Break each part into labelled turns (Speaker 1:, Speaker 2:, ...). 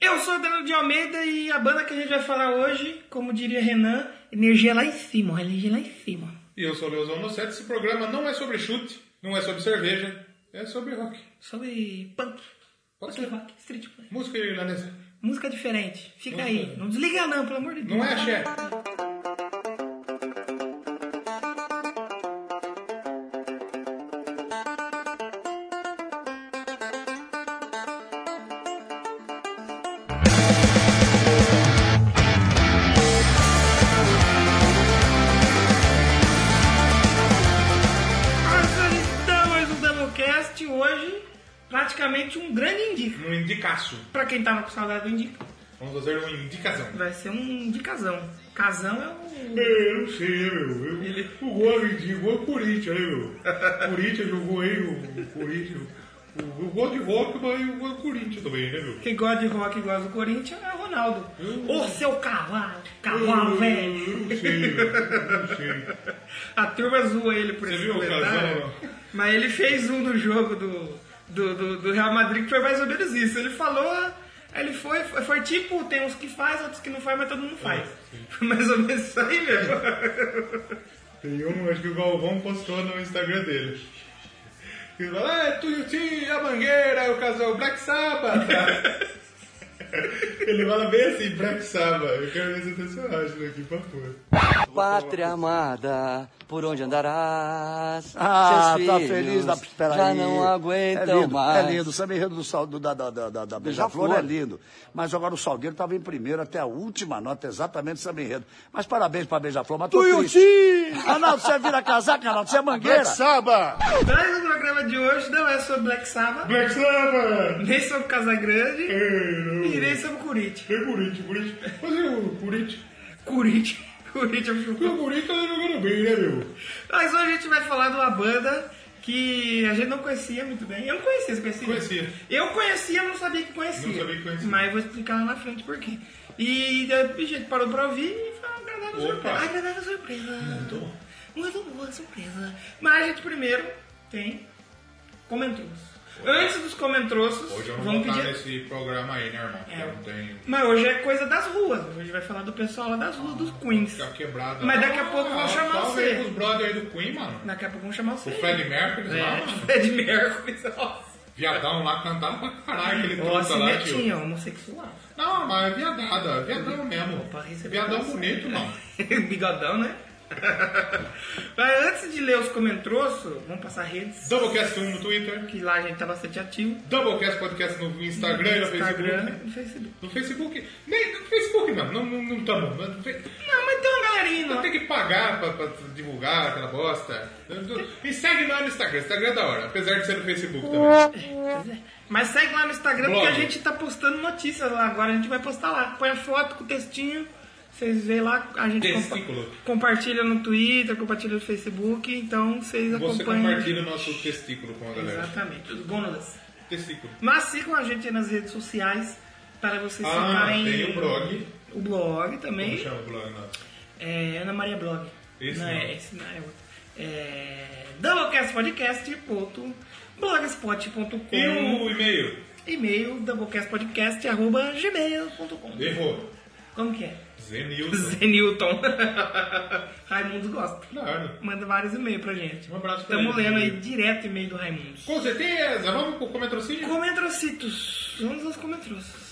Speaker 1: Eu sou o Danilo de Almeida e a banda que a gente vai falar hoje, como diria Renan, energia lá em cima, energia lá em cima.
Speaker 2: E eu sou o Leozono 7. Esse programa não é sobre chute, não é sobre cerveja, é sobre rock.
Speaker 1: Sobre punk,
Speaker 2: Pode
Speaker 1: punk
Speaker 2: ser.
Speaker 1: rock, street punk.
Speaker 2: Música irlandesa.
Speaker 1: Música diferente, fica
Speaker 2: Música.
Speaker 1: aí. Não desliga não, pelo amor de Deus.
Speaker 2: Não é axé.
Speaker 1: Nós estamos mais um Doublecast hoje, praticamente um grande indica.
Speaker 2: Um indicaço.
Speaker 1: Pra quem tava com saudade do indica,
Speaker 2: Vamos fazer uma indicação.
Speaker 1: vai ser um de casão. Casão é o...
Speaker 2: Eu não sei, né, meu? Eu, Ele... O gosto de igual o Corinthians, né, meu? Corinthians jogou aí, o Corinthians. Eu, eu gosto de rock, mas eu gosto do Corinthians também, né, meu?
Speaker 1: Quem gosta de rock e gosta do Corinthians é o Ronaldo.
Speaker 2: Hum.
Speaker 1: Ô seu cavalo,
Speaker 2: Eu-
Speaker 1: cavalo
Speaker 2: eu-
Speaker 1: velho.
Speaker 2: Eu não sei, meu. Eu não sei.
Speaker 1: A turma zoa ele por
Speaker 2: Você
Speaker 1: esse
Speaker 2: viu o
Speaker 1: comentário.
Speaker 2: casal?
Speaker 1: Mas ele fez um no jogo do, do, do, do Real Madrid que foi mais ou menos isso. Ele falou, ele foi, foi, foi tipo, tem uns que faz, outros que não faz, mas todo mundo
Speaker 2: Ah,
Speaker 1: faz. Foi mais ou menos isso aí mesmo.
Speaker 2: Tem um, acho que o Galvão postou no Instagram dele. Ele fala, ah, é Tuiuti, a Mangueira, é o casal Black Sabbath. Ele fala bem assim, Black Sabbath. Eu quero ver se eu tenho acha aqui, por favor.
Speaker 3: Pátria amada, por onde andarás?
Speaker 4: Ah,
Speaker 3: Seus
Speaker 4: tá
Speaker 3: filhos
Speaker 4: feliz da pera
Speaker 3: Já
Speaker 4: aí.
Speaker 3: não aguentam
Speaker 4: é lindo,
Speaker 3: mais.
Speaker 4: É lindo, o samba enredo do, sal- do, da, da, da, da, da Beija-Flor
Speaker 3: Beija-Flor.
Speaker 4: é lindo. Mas agora o Salgueiro estava em primeiro até a última nota, exatamente samba enredo. Mas parabéns para Beija-Flor, mas tô triste. Arnaldo, você vira casaca, Arnaldo, você é mangueira.
Speaker 2: Sabbath!
Speaker 1: Mas o programa de hoje não é sobre Black Sabbath,
Speaker 2: Black Sabbath!
Speaker 1: nem sobre
Speaker 2: É.
Speaker 1: Casagrande e nem sobre Curitiba.
Speaker 2: Tem Corinthians, Corinthians. Mas e o Corinthians?
Speaker 1: Curitiba. Curitiba
Speaker 2: Porque O Corinthians tá jogando bem, né, meu?
Speaker 1: Mas hoje a gente vai falar de uma banda que a gente não conhecia muito bem. Eu não conhecia, você conhecia?
Speaker 2: Conhecia.
Speaker 1: Eu conhecia, mas não sabia que conhecia.
Speaker 2: Não sabia que conhecia.
Speaker 1: Mas eu vou explicar lá na frente por quê. E daí a gente parou pra ouvir e foi uma agradável
Speaker 2: Opa.
Speaker 1: surpresa. Agradável surpresa. Muito boa. Muito boa surpresa. Mas a gente primeiro tem comentroços. Antes dos comentroços,
Speaker 2: Hoje eu não vou
Speaker 1: vamos
Speaker 2: estar
Speaker 1: pedir...
Speaker 2: nesse programa aí, né, irmão? Porque
Speaker 1: É.
Speaker 2: eu não tenho...
Speaker 1: Mas hoje é coisa das ruas. Hoje a gente vai falar do pessoal lá das ruas, dos Queens.
Speaker 2: Ficar quebrado.
Speaker 1: Mas daqui a pouco vão
Speaker 2: Ah,
Speaker 1: chamar
Speaker 2: salve
Speaker 1: você.
Speaker 2: aí os brother aí do Queen, mano.
Speaker 1: Daqui a pouco vamos chamar
Speaker 2: O
Speaker 1: você.
Speaker 2: Fred Mercury lá,
Speaker 1: É,
Speaker 2: mano.
Speaker 1: Fred Mercury, nossa.
Speaker 2: Viadão lá cantava pra caralho aquele
Speaker 1: Nossa,
Speaker 2: truta lá, tio.
Speaker 1: netinho, homossexual.
Speaker 2: Não, mas é viadada, viadão mesmo.
Speaker 1: Opa, esse é
Speaker 2: viadão
Speaker 1: bom.
Speaker 2: bonito, não.
Speaker 1: Bigodão, né? Mas antes de ler os comentroços, vamos passar redes,
Speaker 2: Doublecast 1 no Twitter,
Speaker 1: que lá a gente tá bastante ativo.
Speaker 2: Doublecast Podcast no Instagram e no
Speaker 1: Instagram,
Speaker 2: Facebook. né?
Speaker 1: no Facebook.
Speaker 2: No Facebook, nem no Facebook não, não, não, não tamo. mas no Fe-
Speaker 1: Não, mas tem uma galerinha
Speaker 2: Não
Speaker 1: lá.
Speaker 2: tem que pagar pra, pra divulgar aquela bosta. Me segue lá no Instagram, Instagram é da hora, apesar de ser no Facebook também.
Speaker 1: Mas segue lá no Instagram
Speaker 2: Blog.
Speaker 1: porque a gente tá postando notícias lá agora. A gente vai postar lá. Põe a foto com o textinho. Vocês veem lá, a gente compa-
Speaker 2: Testículo.
Speaker 1: compartilha no Twitter, compartilha no Facebook, então vocês
Speaker 2: Você
Speaker 1: acompanham.
Speaker 2: compartilha o nosso testículo com a galera.
Speaker 1: Exatamente, os gônadas.
Speaker 2: Testículo.
Speaker 1: Mas sigam a gente aí nas redes sociais para vocês
Speaker 2: Ah,
Speaker 1: ficarem.
Speaker 2: tem o blog.
Speaker 1: O blog
Speaker 2: Como
Speaker 1: também.
Speaker 2: chama o blog nosso?
Speaker 1: É Ana Maria Blog.
Speaker 2: Esse
Speaker 1: não,
Speaker 2: não.
Speaker 1: é esse não é outro. É doublecastpodcast.blogspot.com
Speaker 2: E o e-mail?
Speaker 1: e-mail doublecastpodcast.gmail.com
Speaker 2: Errou.
Speaker 1: Como que é?
Speaker 2: Zenilson.
Speaker 1: Zé Newton. Raimundos gosta.
Speaker 2: Claro.
Speaker 1: Manda vários e-mails pra gente.
Speaker 2: Um abraço pra
Speaker 1: Estamos
Speaker 2: ele.
Speaker 1: lendo aí direto e-mail do Raimundos.
Speaker 2: Com certeza, vamos pro comentrocínio?
Speaker 1: Comentrocitos. Vamos aos comentrocitos.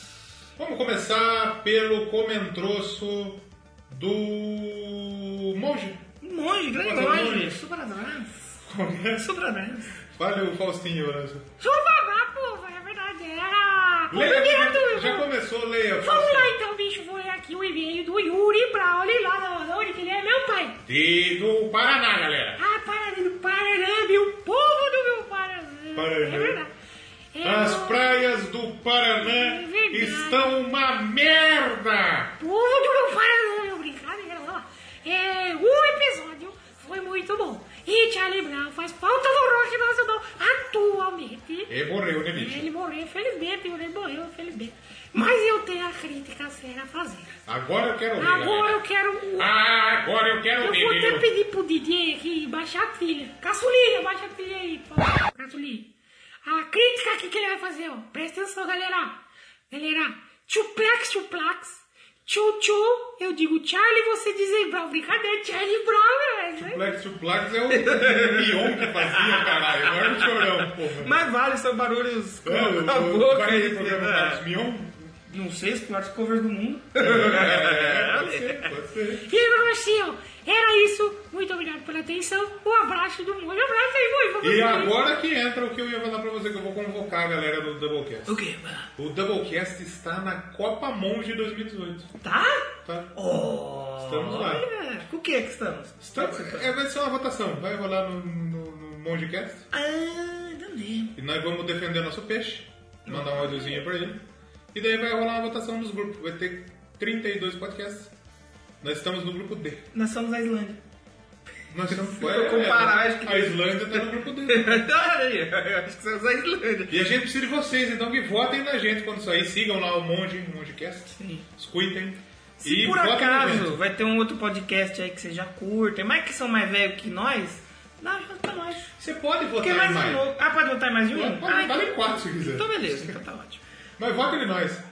Speaker 2: Vamos começar pelo comentroço do monge.
Speaker 1: Monge, grande
Speaker 2: Mas é
Speaker 1: monge.
Speaker 2: monge.
Speaker 1: Sobranás. É
Speaker 2: Começa.
Speaker 1: Sobranás.
Speaker 2: Olha o Faustinho, né? Horácio.
Speaker 5: Vovó, povo, é verdade. Era.
Speaker 2: Leia,
Speaker 5: Obrigado.
Speaker 2: já começou, leia.
Speaker 5: Vamos
Speaker 2: Faustinho.
Speaker 5: lá então, bicho. Vou ler aqui o e-mail do Yuri Brauli, lá da- da onde que ele é, meu pai.
Speaker 2: E do Paraná, galera.
Speaker 5: Ah, Paraná, do Paraná, meu povo do meu Paraná.
Speaker 2: Paraná.
Speaker 5: É verdade. É,
Speaker 2: As
Speaker 5: o
Speaker 2: praias do Paraná
Speaker 5: É verdade.
Speaker 2: estão uma merda.
Speaker 5: povo do meu Paraná, meu brincadeira. ó. É, o episódio foi muito bom. E Charlie Brown faz falta no rock nacional atualmente.
Speaker 2: E morreu, né, bicho?
Speaker 5: Ele morreu, infelizmente, ele morreu, infelizmente. Mas eu tenho a crítica séria a fazer.
Speaker 2: Agora eu quero ver.
Speaker 5: Agora
Speaker 2: galera.
Speaker 5: eu quero. o-
Speaker 2: Ah, agora eu quero
Speaker 5: Eu
Speaker 2: ver,
Speaker 5: vou até
Speaker 2: menino.
Speaker 5: pedir pro DJ aqui baixar a trilha. Caçulinha, baixa a trilha aí, por favor. Caçulinha. A crítica aqui que ele vai fazer, ó. Presta atenção, galera. Galera, Chuplax, chuplax. Tchou, tchou. Eu digo Charlie, você diz Brown. Brincadeira, Charlie Brown, velho.
Speaker 2: Black to Blacks é o peão que fazia, caralho. Não era o chorão, porra.
Speaker 1: Mas vale são barulhos com
Speaker 2: É,
Speaker 1: a
Speaker 2: o- o-
Speaker 1: boca
Speaker 2: vai ter
Speaker 1: aí.
Speaker 2: programa
Speaker 1: né?
Speaker 2: dos Mion?
Speaker 1: Não sei, os piores covers do mundo.
Speaker 2: É, pode ser, pode ser.
Speaker 5: E meu Marcinho, era isso. Muito obrigado pela atenção. Um abraço do Mojo. Um abraço aí, Mojo. Vamos
Speaker 2: E
Speaker 5: lá.
Speaker 2: agora que entra o que eu ia falar pra você, que eu vou convocar a galera do Doublecast.
Speaker 1: O quê? Vai lá.
Speaker 2: O Doublecast está na Copa Monge 2018,
Speaker 1: Tá?
Speaker 2: tá?
Speaker 1: Oh,
Speaker 2: Estamos lá.
Speaker 1: olha, Com o que que estamos?
Speaker 2: Então, é, vai ser uma votação, vai rolar no, no, no Mongecast.
Speaker 1: Ah, ainda lembro.
Speaker 2: E nós vamos defender nosso peixe, mandar um áudiozinho pra ele. E daí vai rolar uma votação nos grupos. Vai ter 32 podcasts. Nós estamos no grupo D.
Speaker 1: Nós somos a Islândia.
Speaker 2: Nós estamos
Speaker 1: for comparar, acho que-
Speaker 2: é, né? A Islândia tá no grupo D.
Speaker 1: Olha aí, eu acho que somos a Islândia.
Speaker 2: E a gente precisa de vocês, então que votem na gente quando sair. Sigam lá o Monge, Mongecast.
Speaker 1: Sim.
Speaker 2: Escutem.
Speaker 1: Se
Speaker 2: e
Speaker 1: por
Speaker 2: votem na
Speaker 1: acaso
Speaker 2: gente.
Speaker 1: vai ter um outro podcast aí que vocês já curtem, mas que são mais velhos que nós, dá uma chance pra nós.
Speaker 2: Você pode votar
Speaker 1: Porque
Speaker 2: em
Speaker 1: mais um
Speaker 2: mais.
Speaker 1: novo. Ah, pode votar em mais de um?
Speaker 2: Pode, pode
Speaker 1: ah,
Speaker 2: votar em quatro se quiser.
Speaker 1: Então beleza, então tá ótimo.
Speaker 2: Mas votem em nós.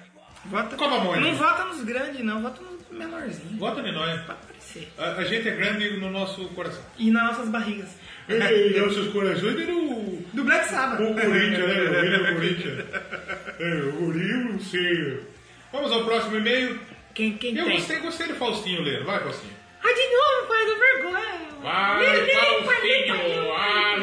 Speaker 1: Vota...
Speaker 2: Como a mãe,
Speaker 1: não
Speaker 2: né?
Speaker 1: vota nos grandes, não, vota nos menorzinhos.
Speaker 2: Votem em nós.
Speaker 1: Pra aparecer.
Speaker 2: A, a gente é grande no nosso coração.
Speaker 1: E nas nossas barrigas.
Speaker 2: E é os seus corações e no...
Speaker 1: Do Black Sabbath.
Speaker 2: O Corinthians, né? meu? Ele é o Corinthians. É, o Corinthians, não sei. Vamos ao próximo e-mail.
Speaker 1: Quem, quem
Speaker 2: Eu
Speaker 1: tem?
Speaker 2: gostei, gostei do Faustinho lendo. Vai, Faustinho.
Speaker 5: Ah, de novo, pai, não vergonha. Lê, lê, pai, lê, pai, lê, pai.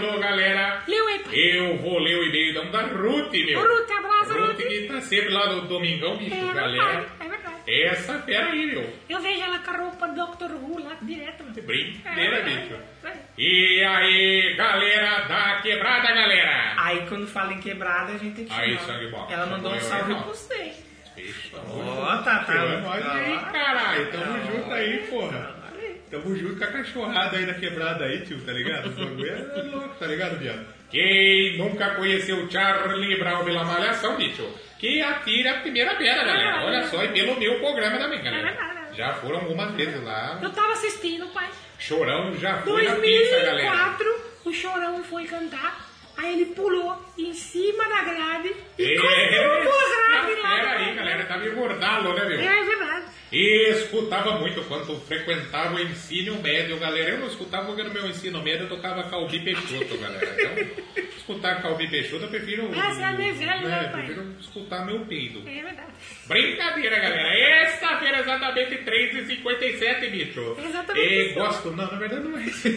Speaker 2: um Alô, galera.
Speaker 5: Leu aí, pai.
Speaker 2: Eu vou ler o e-mail da, da Ruth, meu.
Speaker 5: Ô, Ruth, abraço, Ruth.
Speaker 2: que tá sempre lá no Domingão, bicho,
Speaker 5: É
Speaker 2: galera.
Speaker 5: verdade, é verdade.
Speaker 2: Essa fera aí, meu.
Speaker 5: Eu vejo ela com a roupa Dr. Who lá direto. mano.
Speaker 2: Brincadeira,
Speaker 5: É verdade,
Speaker 2: bicho.
Speaker 5: é verdade.
Speaker 2: E aí, galera da quebrada, galera.
Speaker 1: Aí quando fala em quebrada, a gente tem que
Speaker 2: Aí,
Speaker 1: chamar.
Speaker 2: sangue bom.
Speaker 1: Ela mandou um
Speaker 2: Sangue
Speaker 1: salve
Speaker 2: bom.
Speaker 1: pra você.
Speaker 5: Ah.
Speaker 2: Isso,
Speaker 1: Ó, tá, tá.
Speaker 2: Olha nós aí,
Speaker 1: Ó.
Speaker 2: caralho. Tamo junto aí, porra. Tamo junto com a cachorrada aí da quebrada aí, tio, tá ligado? O bagulho é louco, tá ligado, viado? Quem nunca conheceu o Charlie Brown pela malhação, bicho? Que atira a primeira pedra, galera. Olha só, e pelo meu programa também, galera. Já foram algumas vezes lá.
Speaker 5: Eu tava assistindo, pai.
Speaker 2: Chorão já foi na pista, galera.
Speaker 5: 2004, o Chorão foi cantar. Aí ele pulou em cima da grade e construiu duas grades
Speaker 2: É. Pera
Speaker 5: lá. né?
Speaker 2: É, tá aí, galera, tava engordado, né, meu?
Speaker 5: É verdade.
Speaker 2: Escutava muito quando frequentava o ensino médio, galera. Eu não escutava porque no meu ensino médio eu tocava Calbi Peixoto, galera. Então, escutar Calbi Peixoto eu prefiro.
Speaker 5: Essa é a minha velha,
Speaker 2: né,
Speaker 5: né,
Speaker 2: eu
Speaker 5: pai?
Speaker 2: prefiro escutar meu peido.
Speaker 5: É verdade.
Speaker 2: Brincadeira, galera. Esta-feira, exatamente 3h57, bicho.
Speaker 5: Exatamente
Speaker 2: E
Speaker 5: isso.
Speaker 2: gosto, não, na verdade não é isso.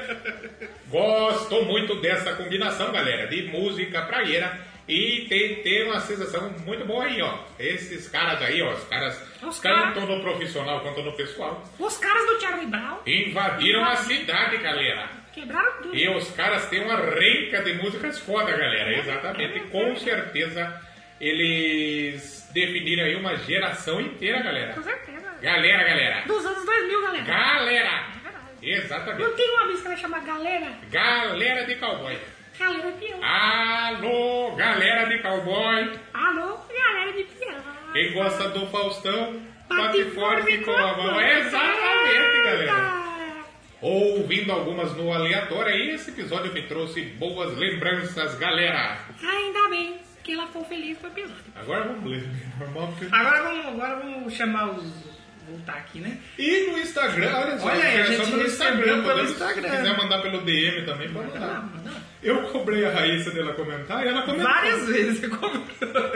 Speaker 2: gosto muito dessa combinação, galera, de música praieira. E tem, tem uma sensação muito boa aí, ó. Esses caras aí, ó, os caras,
Speaker 5: Os caras.
Speaker 2: tanto no profissional quanto no pessoal,
Speaker 5: Os caras do Charlie Brown
Speaker 2: invadiram a cidade, galera.
Speaker 5: quebraram tudo.
Speaker 2: E os caras têm uma renca de músicas foda, galera. Exatamente. Com certeza eles definiram aí uma geração inteira, galera.
Speaker 5: Com certeza.
Speaker 2: Galera, galera.
Speaker 5: Dos anos 2000, galera. É
Speaker 2: Galera.
Speaker 5: Caralho.
Speaker 2: Exatamente.
Speaker 5: Eu tenho uma música que chama Galera.
Speaker 2: Galera de cowboy.
Speaker 5: Galera de peão.
Speaker 2: Ah. Alô, galera de cowboy.
Speaker 5: Alô, galera de peão.
Speaker 2: Quem gosta do Faustão, bate
Speaker 5: Bate
Speaker 2: forte com a mão.
Speaker 5: mão.
Speaker 2: Exatamente, galera.
Speaker 5: Eita.
Speaker 2: Ouvindo algumas no aleatório aí, esse episódio me trouxe boas lembranças, galera.
Speaker 5: Ainda bem que ela ficou feliz com o episódio.
Speaker 2: Agora vamos ler. Normal porque...
Speaker 1: Agora vamos, agora vamos chamar os. Voltar aqui, né?
Speaker 2: E no Instagram, olha só.
Speaker 1: Olha aí, a
Speaker 2: é só
Speaker 1: gente
Speaker 2: pelo
Speaker 1: recebeu pelo
Speaker 2: podemos-
Speaker 1: Instagram.
Speaker 2: Se quiser mandar pelo DM também, pode
Speaker 1: Não,
Speaker 2: mandar.
Speaker 1: não.
Speaker 2: Eu cobrei a Raíssa dela comentar e ela comentou.
Speaker 1: Várias vezes você comprou. O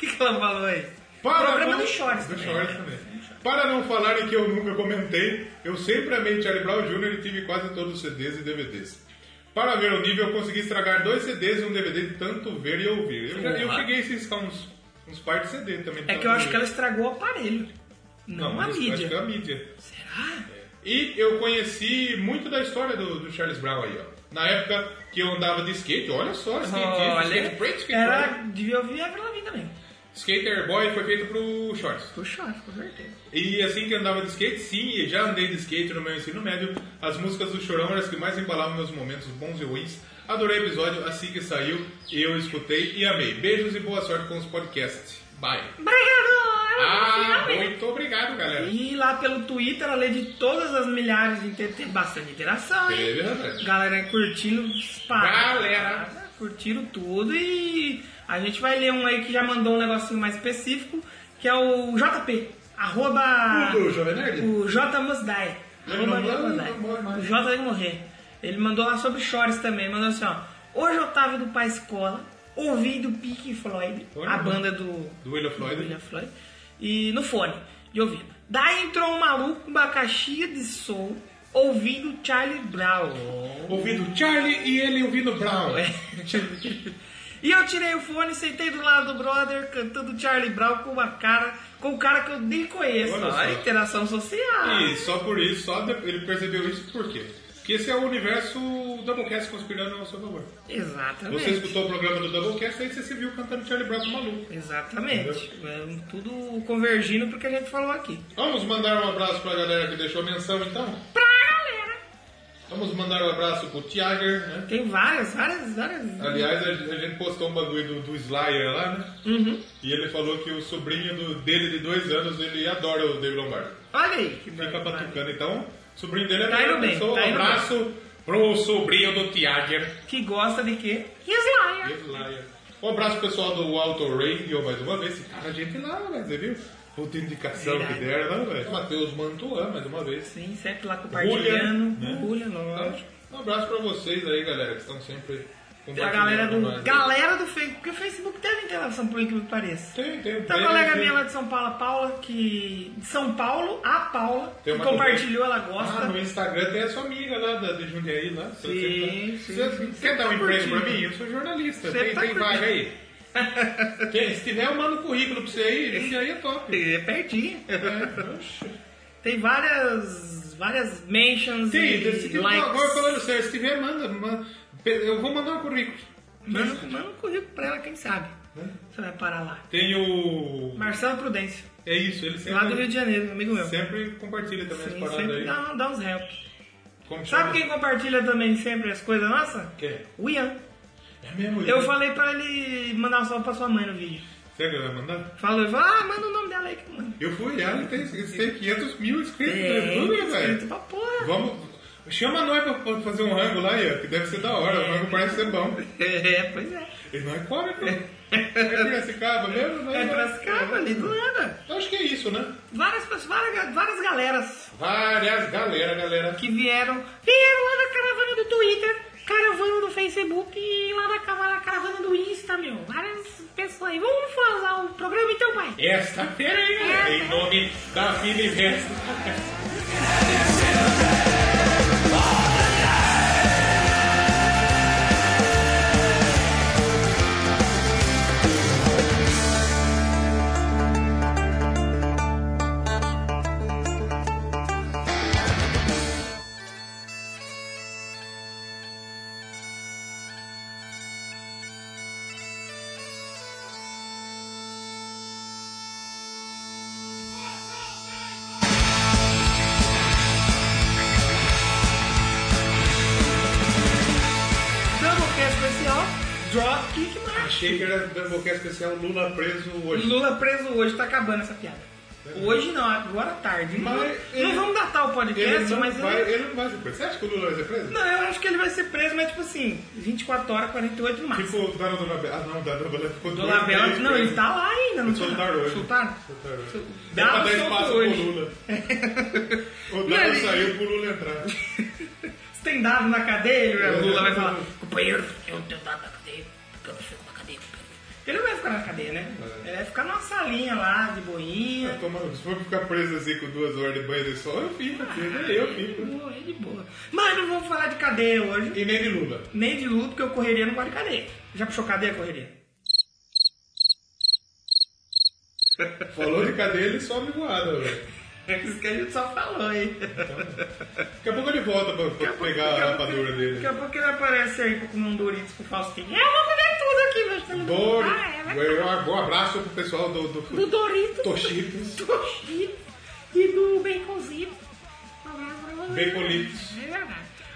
Speaker 1: que, que ela falou aí?
Speaker 2: Para
Speaker 1: Programa
Speaker 2: não-
Speaker 1: do Shorts.
Speaker 2: Do
Speaker 1: também.
Speaker 2: Shorts também. Para não falarem que eu nunca comentei, eu sempre amei Charlie Brown Jr. e tive quase todos os CDs e DVDs. Para ver o nível, eu consegui estragar dois CDs e um DVD de tanto ver e ouvir. Eu, já, eu
Speaker 1: Porra.
Speaker 2: cheguei a ciscar uns, uns par de CD também.
Speaker 1: É que eu acho que ela estragou o aparelho. Não, a
Speaker 2: mas Acho que é
Speaker 1: mídia.
Speaker 2: a mídia.
Speaker 1: Será?
Speaker 2: E eu conheci muito da história do, do Charles Brown aí, ó. Na época que eu andava de skate, olha só, skate, skate é break, skate
Speaker 1: Olha, era,
Speaker 2: boy.
Speaker 1: devia ouvir a Vila Vida também.
Speaker 2: Skater boy foi feito pro shorts.
Speaker 1: Pro Shorts, com certeza.
Speaker 2: E assim que andava de skate, sim, e já andei de skate no meu ensino médio, as músicas do Chorão eram as que mais embalavam meus momentos bons e ruins. Adorei o episódio, assim que saiu, eu escutei e amei. Beijos e boa sorte com os podcasts. Bye.
Speaker 5: Obrigado!
Speaker 2: Ah,
Speaker 5: finalmente.
Speaker 2: muito obrigado, galera.
Speaker 1: E lá pelo Twitter, além de todas as milhares de inter- tem bastante interação, hein?
Speaker 2: Beleza?
Speaker 1: Galera curtindo, disparado.
Speaker 2: Galera.
Speaker 1: Curtiram tudo e A gente vai ler um aí que já mandou um negocinho mais específico, que é o JP. Arroba.
Speaker 2: O do Jovem Nerd?
Speaker 1: O J Must Die.
Speaker 2: Ele
Speaker 1: Arroba
Speaker 2: mandou,
Speaker 1: J Must
Speaker 2: ele
Speaker 1: Die.
Speaker 2: mandou mais.
Speaker 1: O J vai morrer. Ele mandou lá sobre Chores também. Mandou assim, ó. Hoje eu tava do Pai Escola, ouvi do Pink Floyd,
Speaker 2: Olha.
Speaker 1: a banda do.
Speaker 2: Do William Floyd.
Speaker 1: do William Floyd. E no fone, de ouvido. Daí entrou um maluco com uma caixinha de som ouvindo Charlie Brown.
Speaker 2: Ouvindo Charlie e ele ouvindo Brown.
Speaker 1: É. E eu tirei o fone, sentei do lado do brother, cantando Charlie Brown com uma cara, com um cara que eu nem conheço.
Speaker 2: Olha só.
Speaker 1: Olha, interação social.
Speaker 2: E só por isso, só de- ele percebeu isso por quê? Porque esse é o universo Doublecast conspirando ao seu favor.
Speaker 1: Exatamente.
Speaker 2: Você escutou o programa do Doublecast, aí você se viu cantando Charlie Brown com maluco.
Speaker 1: Exatamente. É, tudo convergindo pro que a gente falou aqui.
Speaker 2: Vamos mandar um abraço pra galera que deixou menção, então?
Speaker 5: Pra galera.
Speaker 2: Vamos mandar um abraço pro Tiager, né?
Speaker 1: Tem várias, várias, várias.
Speaker 2: Aliás, a a gente postou um bagulho do, do Slayer lá, né?
Speaker 1: Uhum.
Speaker 2: E ele falou que o sobrinho do- dele de dois anos, ele adora o David Lombardo.
Speaker 1: Olha aí. Que
Speaker 2: Fica
Speaker 1: bacana.
Speaker 2: batucando. Então, o sobrinho dele é
Speaker 1: Tá indo
Speaker 2: uma
Speaker 1: bem,
Speaker 2: pessoa.
Speaker 1: tá
Speaker 2: um
Speaker 1: indo
Speaker 2: abraço pro sobrinho do Tiager.
Speaker 1: Que gosta de quê?
Speaker 5: Slayer.
Speaker 2: Slayer. Um abraço pro pessoal do Auto Radio mais uma vez. Esse cara, é gente lá, velho, você viu? Puta indicação
Speaker 1: Verdade.
Speaker 2: que deram, né, velho? Matheus Mantuan, mais uma vez.
Speaker 1: Sim, sempre lá compartilhando.
Speaker 2: Né?
Speaker 1: Bulha, lógico.
Speaker 2: Então, um abraço pra vocês aí, galera, que estão sempre
Speaker 1: Tem a
Speaker 2: compartilhando
Speaker 1: galera
Speaker 2: com nós.
Speaker 1: do. Galera do Facebook, porque o Facebook teve interação, por incrível que pareça.
Speaker 2: Tem, um tem.
Speaker 1: Tem uma colega minha lá de São Paulo, a Paula, que. De São Paulo, a Paula,
Speaker 2: Tem
Speaker 1: que
Speaker 2: uma
Speaker 1: compartilhou, ela
Speaker 2: Ah,
Speaker 1: gosta.
Speaker 2: no Instagram tem a sua amiga lá da, de Jundiaí né? lá. Você-
Speaker 1: Sim,
Speaker 2: tá- você-
Speaker 1: sim,
Speaker 2: você
Speaker 1: sim.
Speaker 2: quer dar um
Speaker 1: Tá
Speaker 2: emprego pra
Speaker 1: curtindo.
Speaker 2: mim? Eu sou jornalista.
Speaker 1: Você
Speaker 2: Tem,
Speaker 1: tá
Speaker 2: tem vaga aí?
Speaker 1: curtindo.
Speaker 2: Quem- se tiver, eu mando currículo pra você aí. Jundiaí é top. É,
Speaker 1: é pertinho. Tem várias. várias mentions
Speaker 2: Sim,
Speaker 1: e
Speaker 2: decidiu
Speaker 1: likes.
Speaker 2: agora falando sério, se tiver, manda, manda. Eu vou mandar um currículo.
Speaker 1: Manda, manda um currículo pra ela, quem sabe?
Speaker 2: Né?
Speaker 1: Você vai parar lá.
Speaker 2: Tem o.
Speaker 1: Marcelo Prudêncio,
Speaker 2: É isso, ele
Speaker 1: lá do Rio
Speaker 2: sempre,
Speaker 1: de Janeiro, amigo meu. Sim,
Speaker 2: sempre compartilha também as paradas
Speaker 1: sempre
Speaker 2: aí.
Speaker 1: dá, um, dá uns help.
Speaker 2: Como chama?
Speaker 1: Sabe quem compartilha também sempre as coisas nossas?
Speaker 2: Quem?
Speaker 1: O Ian.
Speaker 2: É mesmo ele.
Speaker 1: Eu falei pra ele mandar um salve pra sua mãe no vídeo.
Speaker 2: Será que ele vai mandar?
Speaker 1: Falou, ele falou, ah, manda o nome dela aí que eu mando.
Speaker 2: Eu fui olhar, ele tem, ele tem 500 mil inscritos no
Speaker 1: É,
Speaker 2: YouTube,
Speaker 1: escrito
Speaker 2: velho.
Speaker 1: pra porra.
Speaker 2: Vamos. Chama nós pra- pra fazer um rango lá, Ian, que deve ser da hora. O rango parece ser bom.
Speaker 1: É, pois é.
Speaker 2: E nós come, pô. É Piracicaba mesmo? né?
Speaker 1: É Piracicaba, ali do nada.
Speaker 2: Eu acho que é isso, né?
Speaker 1: Várias pessoas, várias, várias galeras
Speaker 2: Várias galera, galera.
Speaker 1: que vieram.
Speaker 5: Vieram lá da caravana do Twitter, caravana do Facebook e lá da cava- caravana do Insta, meu. Várias pessoas aí. Vamos fazer o programa então, pai?
Speaker 2: Esta feira aí,
Speaker 1: né?
Speaker 2: galera, em nome da Filivest.
Speaker 1: Doublecast é especial, Dropkick Murphy.
Speaker 2: Achei que era Doublecast especial Lula preso hoje.
Speaker 1: Lula preso hoje, tá acabando essa piada. Hoje não, agora à tarde. Não,
Speaker 2: Mas ele-
Speaker 1: não vamos datar o
Speaker 2: Ele
Speaker 1: podcast,
Speaker 2: não,
Speaker 1: mas
Speaker 2: vai,
Speaker 1: ele-
Speaker 2: ele não vai ser preso. Você acha que o Lula vai ser preso?
Speaker 1: Não, eu acho que ele vai ser preso, mas tipo assim, 24 horas, 48 no máximo.
Speaker 2: Tipo, o Dona Dolabella. Ah, não, o Dona Dolabella ficou né?
Speaker 1: Do Labela, não, ele tá lá ainda, não tá?
Speaker 2: Soltaram hoje.
Speaker 1: Soltaram?
Speaker 2: Dá pra
Speaker 1: Dá
Speaker 2: dar
Speaker 1: um solto
Speaker 2: espaço pro
Speaker 1: hoje.
Speaker 2: Lula. O
Speaker 1: Não,
Speaker 2: Dona
Speaker 1: ele-
Speaker 2: saiu pro Lula entrar.
Speaker 1: Você tem dado na cadeia, né?
Speaker 2: Eu
Speaker 1: o Lula vai
Speaker 2: não-
Speaker 1: falar, companheiro, eu não tenho dado na cadeia, porque eu não fico na cadeia, companheiro. Ele não vai ficar na cadeia, né?
Speaker 2: É.
Speaker 1: Ele vai ficar numa salinha lá, de boinha.
Speaker 2: Toma- Se for ficar preso assim com duas horas de banho de sol, eu fico, filho. Nem eu
Speaker 1: De
Speaker 2: fico.
Speaker 1: boa, de boa. Mas não vou falar de cadeia hoje,
Speaker 2: E nem de Lula.
Speaker 1: nem de luto, porque eu correria não gosto de cadeia. Já puxou cadeia, correria?
Speaker 2: Falou de cadeia, ele some voada, velho.
Speaker 1: É isso que a gente só falou, hein?
Speaker 2: Daqui a pouco ele volta pra, pra pegar a rapadura dele. né?
Speaker 1: Daqui a pouco ele aparece aí pra comer um Doritos com o Faustinho. Eu vou comer tudo aqui, meu filho.
Speaker 2: Bom,
Speaker 5: Ah, é
Speaker 2: um bom abraço pro pessoal do, do,
Speaker 5: Do Doritos,
Speaker 2: Toshitos.
Speaker 5: do Chile e do Baconzito. Um abraço pra vocês.
Speaker 2: Baconitos.
Speaker 5: É verdade.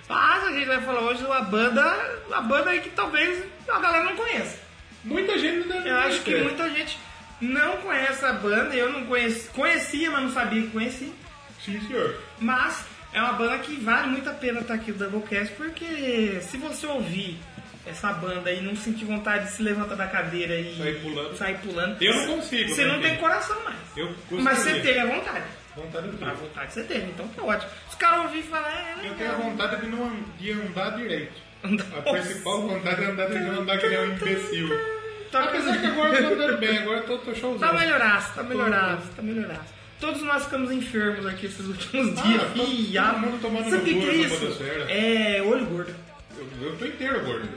Speaker 1: Mas a gente vai falar hoje de uma banda, uma banda aí que talvez a galera não conheça.
Speaker 2: Muita gente né? É. não deve
Speaker 1: Eu acho que
Speaker 2: conhecer.
Speaker 1: muita gente não conhece a banda, eu não conheci, conhecia, mas não sabia que conhecia.
Speaker 2: Sim, senhor.
Speaker 1: Mas é uma banda que vale muito a pena estar aqui no Doublecast, porque se você ouvir essa banda e não sentir vontade de se levantar da cadeira e
Speaker 2: Sair pulando.
Speaker 1: sair pulando,
Speaker 2: Eu não consigo,
Speaker 1: Você
Speaker 2: né,
Speaker 1: não tem
Speaker 2: gente?
Speaker 1: coração mais.
Speaker 2: Eu gostaria.
Speaker 1: Mas você teve a vontade.
Speaker 2: Vontade do
Speaker 1: A vontade você teve, então tá ótimo. Os caras ouviram e falaram, é, Então,
Speaker 2: Eu tenho a vontade de não an- de andar direito.
Speaker 1: Andar-
Speaker 2: A principal vontade é andar de não andar que nem um imbecil.
Speaker 1: Tá
Speaker 2: Apesar que agora eu tô andando bem, agora eu tô, tô showzão.
Speaker 1: Tá melhoraço, tá melhoraço, tá melhoraço. Todos nós ficamos enfermos aqui esses últimos
Speaker 2: Ah,
Speaker 1: dias.
Speaker 2: tá todo
Speaker 1: Ih,
Speaker 2: mundo
Speaker 1: ah,
Speaker 2: tomando
Speaker 1: sabe o que
Speaker 2: no
Speaker 1: que é
Speaker 2: gordo,
Speaker 1: isso?
Speaker 2: Podosfera.
Speaker 1: É olho gordo.
Speaker 2: Eu, eu tô inteiro gordo.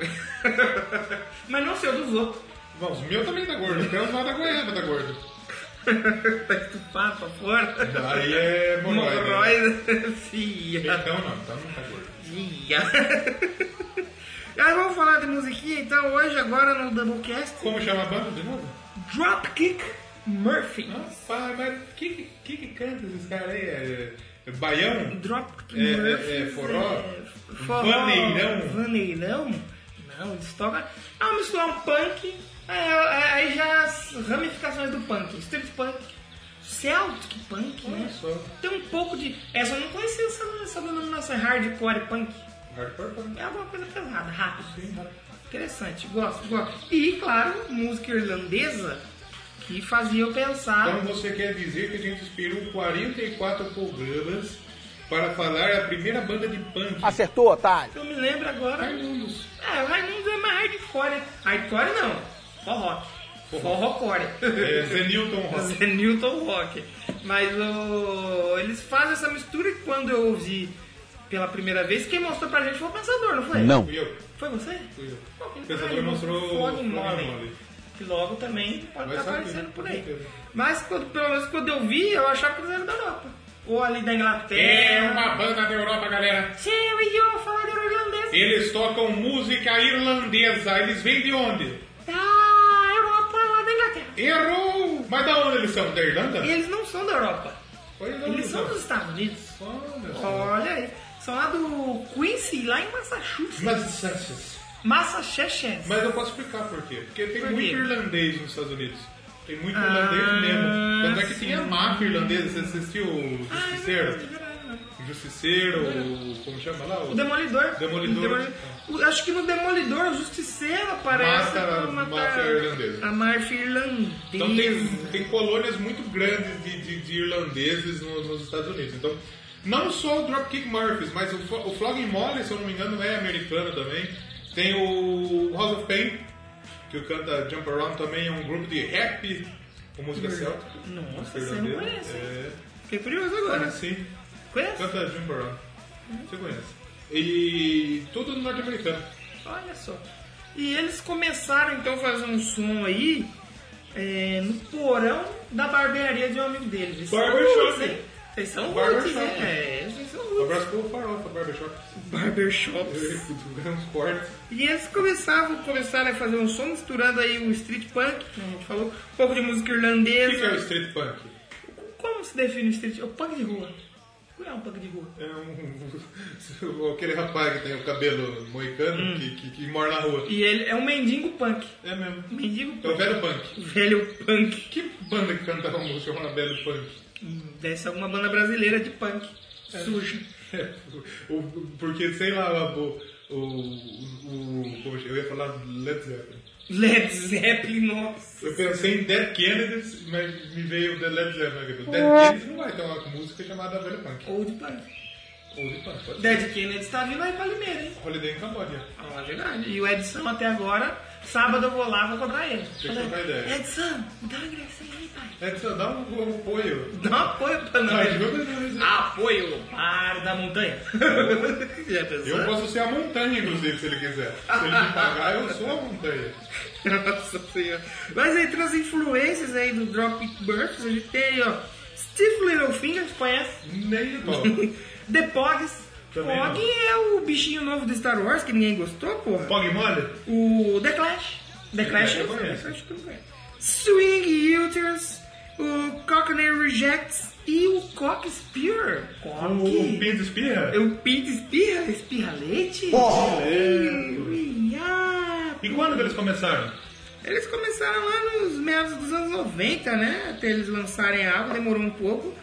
Speaker 1: Mas não seu dos outros.
Speaker 2: Bom, o meu também tá gordo, porque os lá da goiaba tá gordo.
Speaker 1: tá estufado pra fora.
Speaker 2: Aí é hemorroida.
Speaker 1: Hemorroida. Fia.
Speaker 2: Então não, então não tá gordo.
Speaker 1: Fia. Aí vamos falar de musiquinha então hoje, agora no Doublecast.
Speaker 2: Como chama a banda de novo?
Speaker 1: Dropkick Murphy.
Speaker 2: Rapaz, mas que, que, que que canta esses caras aí? É, é baião?
Speaker 1: Dropkick
Speaker 2: É, é,
Speaker 1: Murphy.
Speaker 2: é forró?
Speaker 1: forró.
Speaker 2: Vaneirão?
Speaker 1: Vaneirão? Não, eles tocam. Ah, misturar um punk. Aí, aí já é as ramificações do punk. Street punk. Celtic punk,
Speaker 2: Olha
Speaker 1: né?
Speaker 2: só.
Speaker 1: Tem um pouco de. Essa eu não conhecia essa, essa denominação. é Hardcore punk.
Speaker 2: Hardcore punk.
Speaker 1: É alguma coisa pesada, rápida. Interessante, gosto, gosto. E, claro, música irlandesa que fazia eu pensar.
Speaker 2: Então você quer dizer que a gente inspirou 44 programas para falar a primeira banda de punk?
Speaker 1: Ah,
Speaker 6: Acertou, otário.
Speaker 1: eu me lembro agora.
Speaker 2: Raimundos.
Speaker 1: É, o Raimundo é mais hardcore. né? Hardcore não, forró. Forrocore.
Speaker 2: É, Zé Newton Rock.
Speaker 1: Zé Newton Rock. Mas o- eles fazem essa mistura e quando eu ouvi pela primeira vez, quem mostrou pra gente foi o Pensador, não foi?
Speaker 6: Não.
Speaker 2: Fui eu.
Speaker 1: Foi você?
Speaker 2: Fui eu.
Speaker 1: Pô, que
Speaker 2: O Pensador
Speaker 1: pariu,
Speaker 2: mostrou
Speaker 1: Flogging
Speaker 2: o
Speaker 1: Molly,
Speaker 2: Molly.
Speaker 1: Que logo também pode
Speaker 2: Vai
Speaker 1: estar
Speaker 2: saber,
Speaker 1: aparecendo por
Speaker 2: com
Speaker 1: aí.
Speaker 2: certeza.
Speaker 1: Mas quando- pelo menos quando eu vi, eu achava que eles eram da Europa. Ou ali da
Speaker 2: É
Speaker 1: Inglaterra.
Speaker 2: uma banda da Europa, galera.
Speaker 5: Sim, eu ia falar de irlandês.
Speaker 2: Eles tocam música irlandesa. Eles vêm de onde?
Speaker 5: Tá, Da Europa, lá da Inglaterra.
Speaker 2: Errou! Mas da onde eles são? Da Irlanda?
Speaker 1: E eles não são da Europa.
Speaker 2: Pois não,
Speaker 1: Eles são
Speaker 2: não.
Speaker 1: dos Estados Unidos.
Speaker 2: Olha só.
Speaker 1: Olha aí. São lá do Quincy, lá em Massachusetts.
Speaker 2: Mas,
Speaker 1: Massachusetts.
Speaker 2: mas eu posso explicar por quê. Porque tem
Speaker 1: Por
Speaker 2: muito
Speaker 1: quê?
Speaker 2: irlandês nos Estados Unidos. Tem muito
Speaker 1: Ah,
Speaker 2: irlandês mesmo. Tanto é que
Speaker 1: sim.
Speaker 2: tinha máfia irlandesa. Você assistiu o
Speaker 1: Ah, é
Speaker 2: Justiceiro?
Speaker 1: verdade, verdade, verdade.
Speaker 2: O Justiceiro, o- como chama lá?
Speaker 1: O Demolidor.
Speaker 2: Demolidor. Ah.
Speaker 1: O o- acho que no Demolidor, o Justiceiro aparece
Speaker 2: Mata a
Speaker 1: pra matar
Speaker 2: máfia irlandesa.
Speaker 1: a máfia irlandesa.
Speaker 2: Então tem, tem colônias muito grandes de, de- de irlandeses no- nos Estados Unidos. Então, não só o Dropkick Murphys, mas o, Flo- o Flogging Molly, se eu não me engano, é americano também. Tem o House of Pain, que o canta Jump Around também, é um grupo de rap com música celta.
Speaker 1: Nossa,
Speaker 2: Música
Speaker 1: você Hum. não
Speaker 2: irlandesa.
Speaker 1: conhece, hein?
Speaker 2: É,
Speaker 1: Fiquei curioso
Speaker 2: cara,
Speaker 1: agora.
Speaker 2: sim.
Speaker 1: Conhece?
Speaker 2: Canta Jump Around. Você conhece. E tudo norte-americano.
Speaker 1: Olha só. E eles começaram então a fazer um som aí é, no porão da barbearia de um amigo deles. Eles são
Speaker 2: Barbershop.
Speaker 1: roots, hein? Vocês são roots, né?
Speaker 2: Barbershop.
Speaker 1: É, vocês são
Speaker 2: Um
Speaker 1: roots.
Speaker 2: abraço pro Farofa Barbershop.
Speaker 1: Barbershops.
Speaker 2: Grandes cortes.
Speaker 1: E eles começavam, começaram a fazer um som misturando aí o street punk, que a gente falou, um pouco de música
Speaker 2: O que que é o
Speaker 1: irlandesa.
Speaker 2: street punk?
Speaker 1: Como se define o street? É O punk de rua. O que é um punk de rua?
Speaker 2: É um. aquele rapaz que tem o cabelo moicano que, que, que mora na rua.
Speaker 1: E ele é um mendigo punk.
Speaker 2: É mesmo.
Speaker 1: Mendigo
Speaker 2: É o
Speaker 1: punk.
Speaker 2: velho punk.
Speaker 1: Velho punk.
Speaker 2: Que banda que cantava música chamada Velho Punk?
Speaker 1: Hum, Deve ser alguma banda brasileira de punk. Suja.
Speaker 2: É, o- o- porque, sei lá, o. o, o como eu ia falar Led Zeppelin.
Speaker 1: Led Zeppelin, nossa.
Speaker 2: Eu pensei em Dead Kennedys, mas me veio The Led Zeppelin. Dead
Speaker 1: É.
Speaker 2: Kennedys não vai ter uma música chamada Velho Punk.
Speaker 1: Old punk.
Speaker 2: Ou de punk, pode ser.
Speaker 1: Dead Kennedy está vindo aí pra Limeira, hein?
Speaker 2: Holiday em Cambodia.
Speaker 1: Ah, é verdade. E o Edson até agora, sábado eu vou lá, vou cobrar ele.
Speaker 2: Tem que trocar ideia.
Speaker 1: Edson, me dá um ingresso aí, pai.
Speaker 2: É só dá um, um apoio.
Speaker 1: Dá um apoio pra
Speaker 2: Não,
Speaker 1: nós.
Speaker 2: ajuda nós.
Speaker 1: Apoio para da montanha. Já pensou?
Speaker 2: Eu posso ser a montanha, inclusive, se ele quiser. Se ele me pagar, eu sou a montanha.
Speaker 1: Nossa senhora. Mas entre as influências aí do Dropkick Murphys, a gente tem aí, ó, Steve Littlefinger, você conhece?
Speaker 2: Nem de pau.
Speaker 1: The Pogs.
Speaker 2: Também
Speaker 1: Pog
Speaker 2: não.
Speaker 1: é o bichinho novo do Star Wars, que ninguém gostou, porra.
Speaker 2: Pog mole?
Speaker 1: O The Clash. The Clash
Speaker 2: eu
Speaker 1: eu sei,
Speaker 2: conheço.
Speaker 1: The Clash eu conheço. Swing Uters, o Cockney Rejects e o Cock Spear.
Speaker 2: O
Speaker 1: Cock.
Speaker 2: Pinto espirra?
Speaker 1: É o Pete Espirra, Espirra Leite? Ui, ah,
Speaker 2: E quando que eles começaram?
Speaker 1: Eles começaram lá nos meados dos anos 90, né? Até eles lançarem algo, demorou um pouco.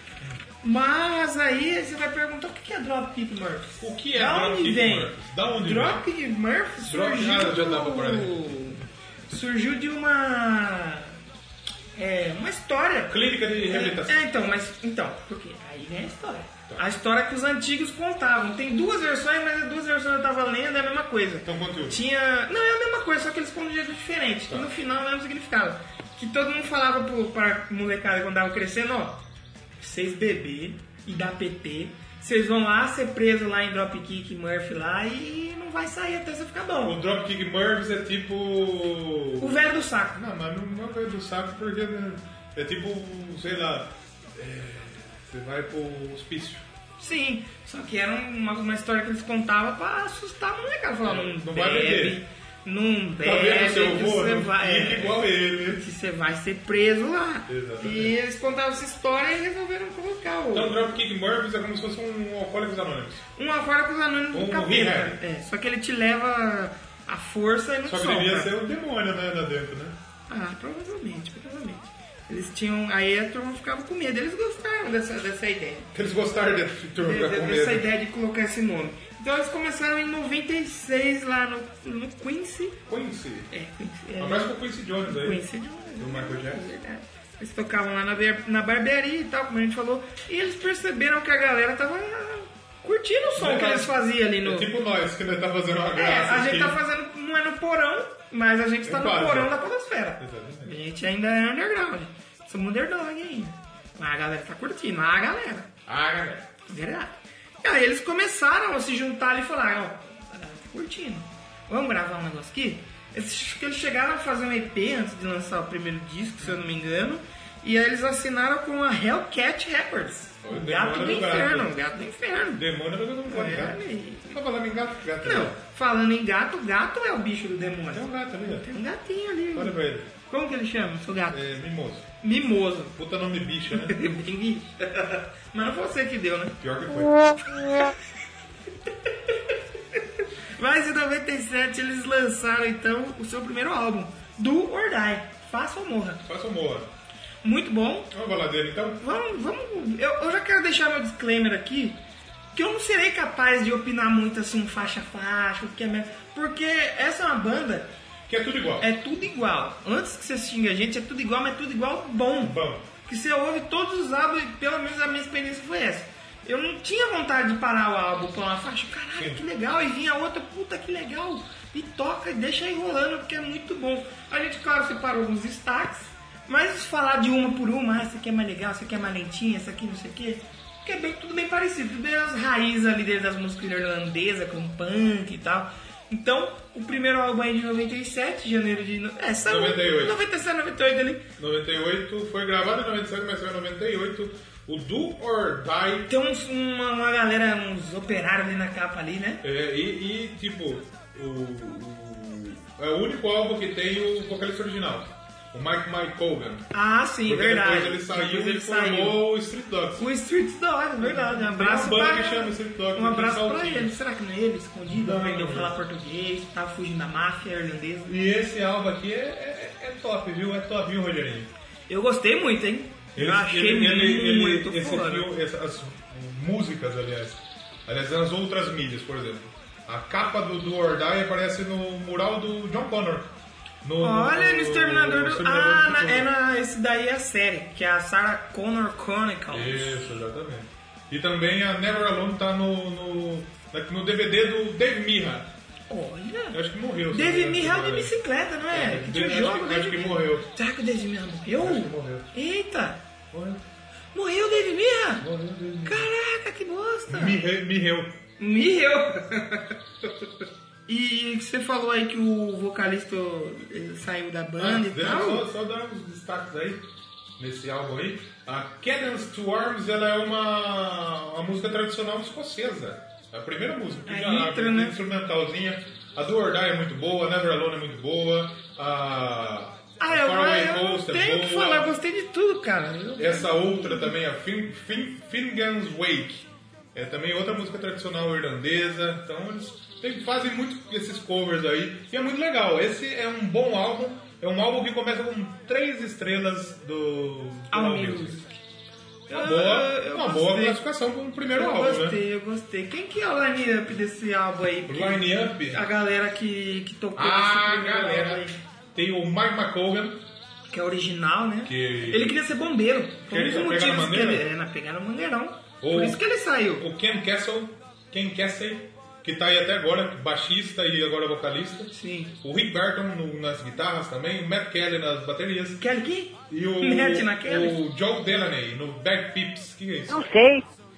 Speaker 1: Mas aí você vai perguntar o que é Dropkick Murphys?
Speaker 2: O que é
Speaker 1: da onde
Speaker 2: Dropkick
Speaker 1: vem?
Speaker 2: Murphys? Da onde
Speaker 1: Dropkick Murphys
Speaker 2: Drop-
Speaker 1: surgiu...
Speaker 2: Ah, já dava por aí.
Speaker 1: Surgiu de uma... É, uma história.
Speaker 2: Clínica de reabilitação. Tá.
Speaker 1: É, então, mas... Então, porque aí vem a história. A história que os antigos contavam. Tem duas versões, mas as duas versões eu tava lendo é a mesma coisa.
Speaker 2: Então, conteúdo.
Speaker 1: Tinha... Não, é a mesma coisa, só que eles contam de um jeito diferente.
Speaker 2: Tá.
Speaker 1: E no final é o mesmo significado. Que todo mundo falava pro, pra molecada quando tava crescendo, ó vocês beber e dar PT, vocês vão lá ser preso lá em Dropkick Murphy lá e não vai sair até você ficar
Speaker 2: O
Speaker 1: bom.
Speaker 2: Dropkick Murphys é tipo.
Speaker 1: O velho do saco.
Speaker 2: Não, mas não não vai do saco porque né, é tipo, sei lá. é, você vai pro hospício.
Speaker 1: Sim, só que era um, uma, uma história que eles contavam pra assustar a molecada. Falar, não,
Speaker 2: Não vai
Speaker 1: bebe,
Speaker 2: beber.
Speaker 1: não bebe,
Speaker 2: Tá vendo seu
Speaker 1: É, que
Speaker 2: avô?
Speaker 1: você
Speaker 2: Não
Speaker 1: vai... é.
Speaker 2: fica igual ele.
Speaker 1: que você vai ser preso lá.
Speaker 2: Exatamente.
Speaker 1: E eles contavam essa história e resolveram colocar o...
Speaker 2: Então, Dropkick Murphys é como se fosse um Alcoólicos Anônimos.
Speaker 1: Um agora com os anônimos do
Speaker 2: Ou um
Speaker 1: capeta.
Speaker 2: rehab.
Speaker 1: É, só que ele te leva a força e não
Speaker 2: Só que
Speaker 1: solta.
Speaker 2: devia ser o demônio, né, lá dentro, né?
Speaker 1: Ah, provavelmente, provavelmente. Eles tinham. Aí a turma ficava com medo. Eles gostaram dessa, dessa ideia.
Speaker 2: Eles gostaram de turma
Speaker 1: De-
Speaker 2: ficar
Speaker 1: de-
Speaker 2: com
Speaker 1: dessa
Speaker 2: medo.
Speaker 1: ideia de colocar esse nome. Então eles começaram em 96 lá no, no Quincy.
Speaker 2: Quincy.
Speaker 1: É, Quincy. É,
Speaker 2: Abraço pro Quincy Jones aí.
Speaker 1: Quincy de
Speaker 2: Do Michael Jackson.
Speaker 1: verdade. Eles tocavam lá na, ber- na barbearia e tal, como a gente falou. E eles perceberam que a galera tava curtindo o som que eles faziam ali no.
Speaker 2: É tipo nós, que nós tá fazendo uma
Speaker 1: É,
Speaker 2: graça.
Speaker 1: a gente
Speaker 2: aqui.
Speaker 1: tá fazendo, não é no porão, mas a gente tá
Speaker 2: É
Speaker 1: no
Speaker 2: quase.
Speaker 1: porão da podosfera. A
Speaker 2: Exatamente.
Speaker 1: gente ainda é underground. Somos underdog ainda. Mas a galera tá curtindo, a galera.
Speaker 2: Ah, galera.
Speaker 1: Verdade. E aí eles começaram a se juntar ali e falaram, ó, a galera tá curtindo. Vamos gravar um negócio aqui? Eles, acho que eles chegaram a fazer um EP antes de lançar o primeiro disco, se eu não me engano. E aí eles assinaram com a Hellcat Records.
Speaker 2: Foi
Speaker 1: O
Speaker 2: o
Speaker 1: gato
Speaker 2: demônio
Speaker 1: do
Speaker 2: do gato.
Speaker 1: inferno, o gato do inferno.
Speaker 2: Demônio, mas eu não vou
Speaker 1: É,
Speaker 2: ligar.
Speaker 1: e-
Speaker 2: Tá falando em gato? Gato. né?
Speaker 1: Não, falando em gato, gato é o bicho do demônio.
Speaker 2: Tem um gato ali, ó.
Speaker 1: Tem um gatinho ali.
Speaker 2: Olha pra ele.
Speaker 1: Como que ele chama, seu gato?
Speaker 2: É mimoso.
Speaker 1: Mimoso.
Speaker 2: Puta nome bicha, né?
Speaker 1: Bicho. Mas não foi você que deu, né?
Speaker 2: Pior que foi.
Speaker 1: Mas em 97 eles lançaram então o seu primeiro álbum, Do or Die, Faça ou Morra.
Speaker 2: Faça ou morra.
Speaker 1: Muito bom.
Speaker 2: Vamos falar dele então?
Speaker 1: Vamos, vamos. Eu, eu já quero deixar meu disclaimer aqui, que eu não serei capaz de opinar muito assim, faixa a faixa, o que é mesmo. Porque essa é uma banda,
Speaker 2: Que é tudo igual.
Speaker 1: é tudo igual. Antes que você xingue a gente, é tudo igual, mas é tudo igual bom.
Speaker 2: Bom.
Speaker 1: que você ouve todos os álbuns, e pelo menos a minha experiência foi essa. Eu não tinha vontade de parar o álbum pra uma faixa, caralho,
Speaker 2: Sim.
Speaker 1: que legal, e vinha outra, puta que legal, e toca, e deixa aí rolando, porque é muito bom. A gente, claro, separou alguns destaques, mas falar de uma por uma, ah, essa aqui é mais legal, essa aqui é mais lentinha, essa aqui não sei o quê, porque é bem, tudo bem parecido, tudo bem as raízes ali dentro das músicas irlandesas, com punk e tal. Então, o primeiro álbum aí de 97, janeiro de. no- É, saiu
Speaker 2: 98.
Speaker 1: 97, 98 ali.
Speaker 2: 98 foi gravado em 97, mas saiu em 98. O Do or Die.
Speaker 1: Tem uns, uma, uma galera, uns operários ali na capa ali, né?
Speaker 2: é, e, e, tipo, o, o- é o único álbum que tem o vocalista original. O Mike Mike Colgan.
Speaker 1: Ah, sim,
Speaker 2: Porque
Speaker 1: verdade.
Speaker 2: depois ele saiu
Speaker 1: Depois
Speaker 2: e
Speaker 1: ele saiu.
Speaker 2: formou o Street Dogs.
Speaker 1: O Street Dogs, verdade. Um abraço
Speaker 2: banda
Speaker 1: pra...
Speaker 2: que chama Street
Speaker 1: um
Speaker 2: Dogs aqui em
Speaker 1: abraço pra
Speaker 2: Saltinho.
Speaker 1: ele. Será que não é ele escondido?
Speaker 2: Não,
Speaker 1: aprendeu a
Speaker 2: não.
Speaker 1: falar português, tava fugindo da máfia irlandesa.
Speaker 2: E esse álbum aqui é, é- é top, viu? É top, viu, Rogerinho?
Speaker 1: Eu gostei muito, hein?
Speaker 2: Ele-
Speaker 1: Eu achei
Speaker 2: ele- ele-
Speaker 1: muito
Speaker 2: esse
Speaker 1: foda.
Speaker 2: fio- essa- as músicas, aliás. Aliás, nas outras mídias, por exemplo. A capa do, do Or Die aparece no mural do John Connor. No,
Speaker 1: Olha no Exterminador do...
Speaker 2: Exterminador
Speaker 1: Ah,
Speaker 2: do
Speaker 1: na-
Speaker 2: Futuro.
Speaker 1: é na... esse daí é a série, que é a Sarah Connor Chronicles.
Speaker 2: Isso, exatamente. E também a Never Alone tá no, no, na- no DVD do Dave Mirra. Eu
Speaker 1: Olha...
Speaker 2: acho que morreu. se
Speaker 1: Dave
Speaker 2: não me
Speaker 1: Mirra é
Speaker 2: engano,
Speaker 1: o de
Speaker 2: esse cara.
Speaker 1: bicicleta, não é?
Speaker 2: É,
Speaker 1: que tinha
Speaker 2: Dave-
Speaker 1: jogo,
Speaker 2: acho que-
Speaker 1: Dave
Speaker 2: acho que
Speaker 1: Mirra.
Speaker 2: morreu.
Speaker 1: Será que o Dave Mirra morreu?
Speaker 2: Acho que morreu.
Speaker 1: Eita!
Speaker 2: Morreu.
Speaker 1: Morreu o Dave Mirra?
Speaker 2: Morreu Dave Mirra.
Speaker 1: Caraca, que bosta!
Speaker 2: Mirra- Mirreu.
Speaker 1: Mirreu! e que você falou aí que o vocalista ele saiu da banda
Speaker 2: Ah,
Speaker 1: e
Speaker 2: deixa eu
Speaker 1: tal.
Speaker 2: só, só dar uns destaques aí nesse álbum aí. A Cadence to Arms ela é uma, uma música tradicional escocesa. É a primeira música.
Speaker 1: Aí
Speaker 2: já
Speaker 1: entra, né?
Speaker 2: instrumentalzinha. A do Or Die é muito boa, a Never Alone é muito boa. A
Speaker 1: Ah,
Speaker 2: a
Speaker 1: eu,
Speaker 2: Faraway
Speaker 1: eu
Speaker 2: Coast
Speaker 1: tenho
Speaker 2: é
Speaker 1: que
Speaker 2: boa.
Speaker 1: falar, gostei de tudo, cara. Eu-
Speaker 2: Essa outra também, a fin, fin, Finnegan's Wake. É também outra música tradicional irlandesa. Então eles tem- fazem muito esses covers aí. E é muito legal. Esse é um bom álbum. É um álbum que começa com três estrelas do do
Speaker 1: Ao
Speaker 2: All
Speaker 1: Music.
Speaker 2: Uma boa,
Speaker 1: Ah, eu
Speaker 2: uma
Speaker 1: gostei.
Speaker 2: boa classificação para o primeiro
Speaker 1: Eu
Speaker 2: álbum, né?
Speaker 1: gostei, eu gostei. Quem que é o line-up desse álbum aí?
Speaker 2: O line-up?
Speaker 1: A galera que, que tocou
Speaker 2: A
Speaker 1: nesse primeiro álbum
Speaker 2: Ah, galera
Speaker 1: aí.
Speaker 2: tem o Mike McCogan,
Speaker 1: Que é original, né?
Speaker 2: Que-
Speaker 1: Ele queria ser bombeiro. Por
Speaker 2: ele
Speaker 1: algum
Speaker 2: só pega na
Speaker 1: motivo que
Speaker 2: bandeira?
Speaker 1: ele é, na pegar no mangueirão.
Speaker 2: Ou-
Speaker 1: Por isso que ele saiu.
Speaker 2: o Ken Castle, Ken Castle, que tá aí até agora, baixista e agora vocalista.
Speaker 1: Sim.
Speaker 2: O Rick Barton no- nas guitarras também, o Matt Kelly nas baterias.
Speaker 1: Kelly Key?
Speaker 2: E o,
Speaker 1: Mete na Kelly?
Speaker 2: o Joe Delaney no Bagpipes, que é isso?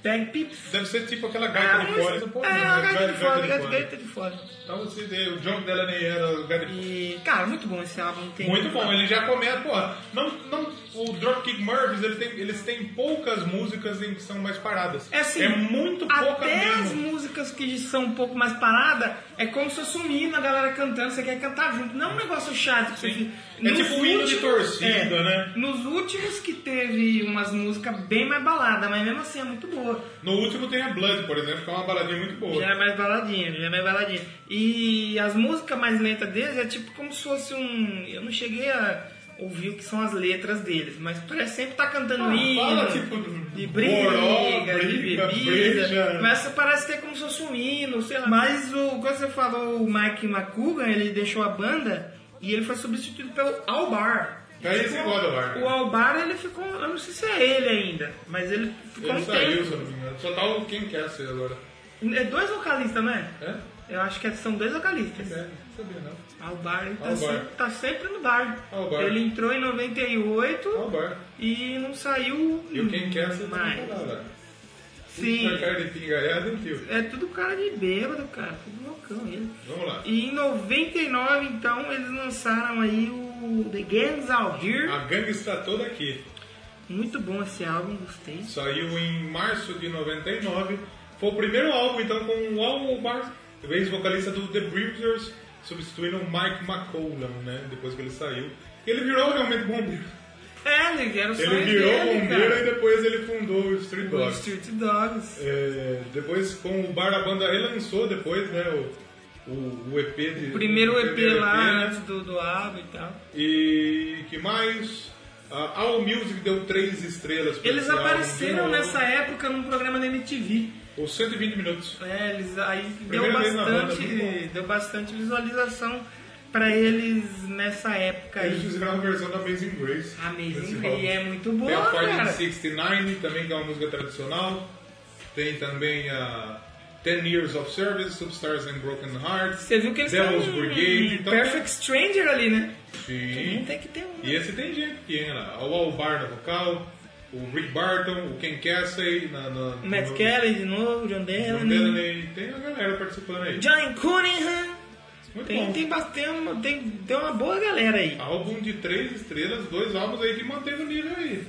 Speaker 1: Bag Pips.
Speaker 2: Deve ser tipo aquela
Speaker 1: Ah,
Speaker 2: gaita de fora.
Speaker 1: mas- É, a gaita de fora, gaita gaita de fora.
Speaker 2: Então você vê, o John Delaney era o gaita de fora.
Speaker 1: E, cara, muito bom esse álbum. Tem
Speaker 2: Muito bom, ele já começa, porra. Não, não, o Dropkick Murphys, ele tem- eles têm poucas músicas em que são mais paradas.
Speaker 1: É assim,
Speaker 2: muito pouca
Speaker 1: até as
Speaker 2: mesmo.
Speaker 1: músicas que são um pouco mais paradas, é como se fosse um hino, a galera cantando, você quer cantar junto. Não é um negócio chato. que você
Speaker 2: Sim.
Speaker 1: fica-
Speaker 2: É
Speaker 1: Nos é,
Speaker 2: tipo o hino de torcida, né?
Speaker 1: Nos últimos que teve umas músicas bem mais baladas, mas mesmo assim é muito boa.
Speaker 2: No último tem a Blood, por exemplo, que é uma baladinha muito boa.
Speaker 1: Já é mais baladinha, já é mais baladinha. E as músicas mais lentas deles é tipo como se fosse um... Eu não cheguei a ouvir o que são as letras deles, mas parece sempre tá cantando
Speaker 2: Ah,
Speaker 1: hino.
Speaker 2: fala, tipo,
Speaker 1: de briga,
Speaker 2: goró,
Speaker 1: de bebida.
Speaker 2: briga, breja.
Speaker 1: Mas essa parece que é como se fosse um hino, sei lá. Mas o, quando você falou o Mike McCugan, ele deixou a banda e ele foi substituído pelo Albar.
Speaker 2: Aí eles igual do Bar.
Speaker 1: O Albar, ele ficou, eu não sei se é ele ainda, mas ele ficou
Speaker 2: Ele
Speaker 1: um tempo.
Speaker 2: saiu, se eu não me engano. Só tá o Ken Castle agora.
Speaker 1: É dois vocalistas, não é?
Speaker 2: É?
Speaker 1: Eu acho que são dois vocalistas.
Speaker 2: É, não sabia não.
Speaker 1: Ah, o Bar ele tá,
Speaker 2: Albar.
Speaker 1: sempre, tá sempre no bar.
Speaker 2: Albar.
Speaker 1: Ele entrou em 98
Speaker 2: Ah, o Bar.
Speaker 1: e não saiu
Speaker 2: E o Ken Castle
Speaker 1: mais.
Speaker 2: não tá lá, lá.
Speaker 1: Sim.
Speaker 2: Na cara de pingalhada, tio.
Speaker 1: É tudo cara de bêbado, cara. Tudo loucão ele.
Speaker 2: Vamos lá.
Speaker 1: E em 99, então, eles lançaram aí o The Gangs Out Here.
Speaker 2: A gangue está toda aqui.
Speaker 1: Muito bom esse álbum, gostei.
Speaker 2: Saiu em março de 99. Foi o primeiro álbum, então, com o Almar, ex-vocalista do The Bruisers, substituindo o Mike McCollum, né? Depois que ele saiu. E ele virou realmente bombeiro.
Speaker 1: É, ele era o
Speaker 2: Ele virou bombeiro e depois ele fundou o Street
Speaker 1: O
Speaker 2: Dogs.
Speaker 1: Street Dogs.
Speaker 2: É, depois, com o Bar, a banda relançou depois, né? O, o, o EP de...
Speaker 1: O primeiro
Speaker 2: o
Speaker 1: EP
Speaker 2: primeiro
Speaker 1: lá,
Speaker 2: né?
Speaker 1: antes do, do álbum e tal.
Speaker 2: E que mais? A All Music deu três estrelas pra
Speaker 1: Eles
Speaker 2: esse álbum,
Speaker 1: apareceram
Speaker 2: de novo.
Speaker 1: nessa época num programa da MTV.
Speaker 2: Os 120 minutos.
Speaker 1: É, eles aí deu
Speaker 2: Primeira vez na banda,
Speaker 1: bastante,
Speaker 2: muito
Speaker 1: deu bastante visualização pra eles nessa época
Speaker 2: Eles
Speaker 1: aí.
Speaker 2: fizeram a versão da Amazing Grace.
Speaker 1: Amazing
Speaker 2: Desse
Speaker 1: Grace
Speaker 2: álbum.
Speaker 1: é muito boa,
Speaker 2: Tem a
Speaker 1: cara.
Speaker 2: Party 69, também que é uma música tradicional. Tem também a 10 Years of Service, Substars and Broken Hearts.
Speaker 1: Você viu que eles
Speaker 2: Devil's
Speaker 1: têm um
Speaker 2: Brigade. Então,
Speaker 1: Perfect Stranger ali, né?
Speaker 2: Sim.
Speaker 1: Não tem que ter um.
Speaker 2: E esse tem gente que hein, lá. O Al Bar na vocal, o Rick Barton, o Ken Casey na, na,
Speaker 1: Matt
Speaker 2: no-
Speaker 1: Kelly de novo, John
Speaker 2: no
Speaker 1: Delaney,
Speaker 2: Delaney. Tem a galera participando aí.
Speaker 1: John Cunningham.
Speaker 2: Muito
Speaker 1: Tem,
Speaker 2: bom.
Speaker 1: tem, bastante, uma- tem, tem uma boa galera aí.
Speaker 2: Álbum de três estrelas, dois álbuns aí que manteve o nível aí.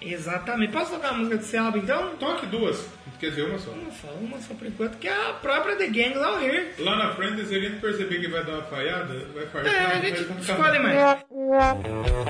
Speaker 1: Exatamente. Posso tocar a música desse álbum então?
Speaker 2: Toque duas, quer dizer, uma só.
Speaker 1: Uma só, uma só por enquanto, que é a própria The Gangs Out Here.
Speaker 2: Lá na frente, se a gente perceber que vai dar uma falhada, vai falhar.
Speaker 1: É, a
Speaker 2: vai
Speaker 1: gente
Speaker 2: dar uma
Speaker 1: escolhe
Speaker 2: falhada.
Speaker 1: mais.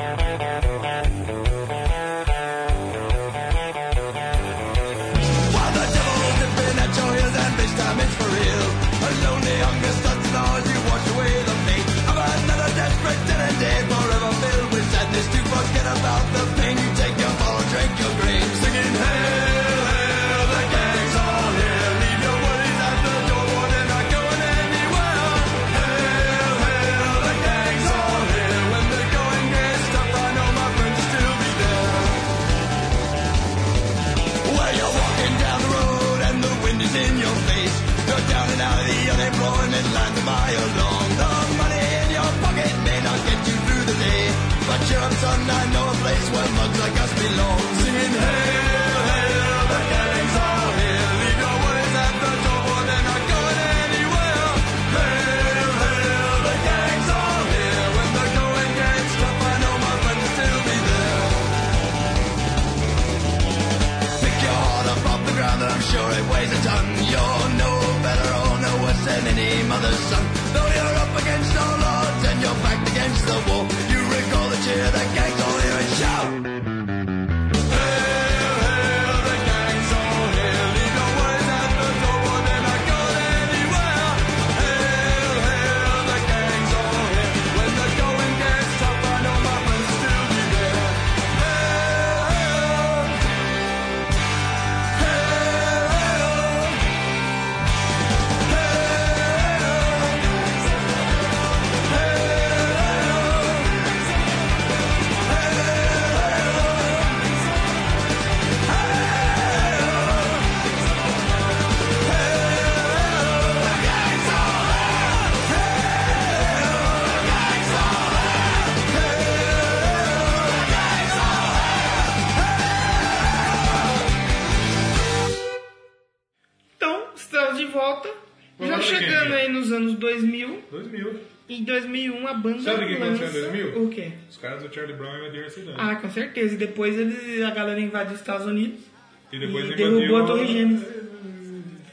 Speaker 1: Então, volta,
Speaker 2: Por
Speaker 1: já
Speaker 2: volta de quem,
Speaker 1: chegando
Speaker 2: Diego?
Speaker 1: aí nos anos 2000.
Speaker 2: 2000.
Speaker 1: Em 2001 a banda
Speaker 2: Sabe o que aconteceu em
Speaker 1: lança-
Speaker 2: 2000?
Speaker 1: O quê?
Speaker 2: Os caras do Charlie Brown invadiram a cidade.
Speaker 1: Ah, com certeza. E depois eles, a galera invadiu os Estados Unidos
Speaker 2: e depois
Speaker 1: e
Speaker 2: invadiu...
Speaker 1: derrubou a Torre Gêmeas.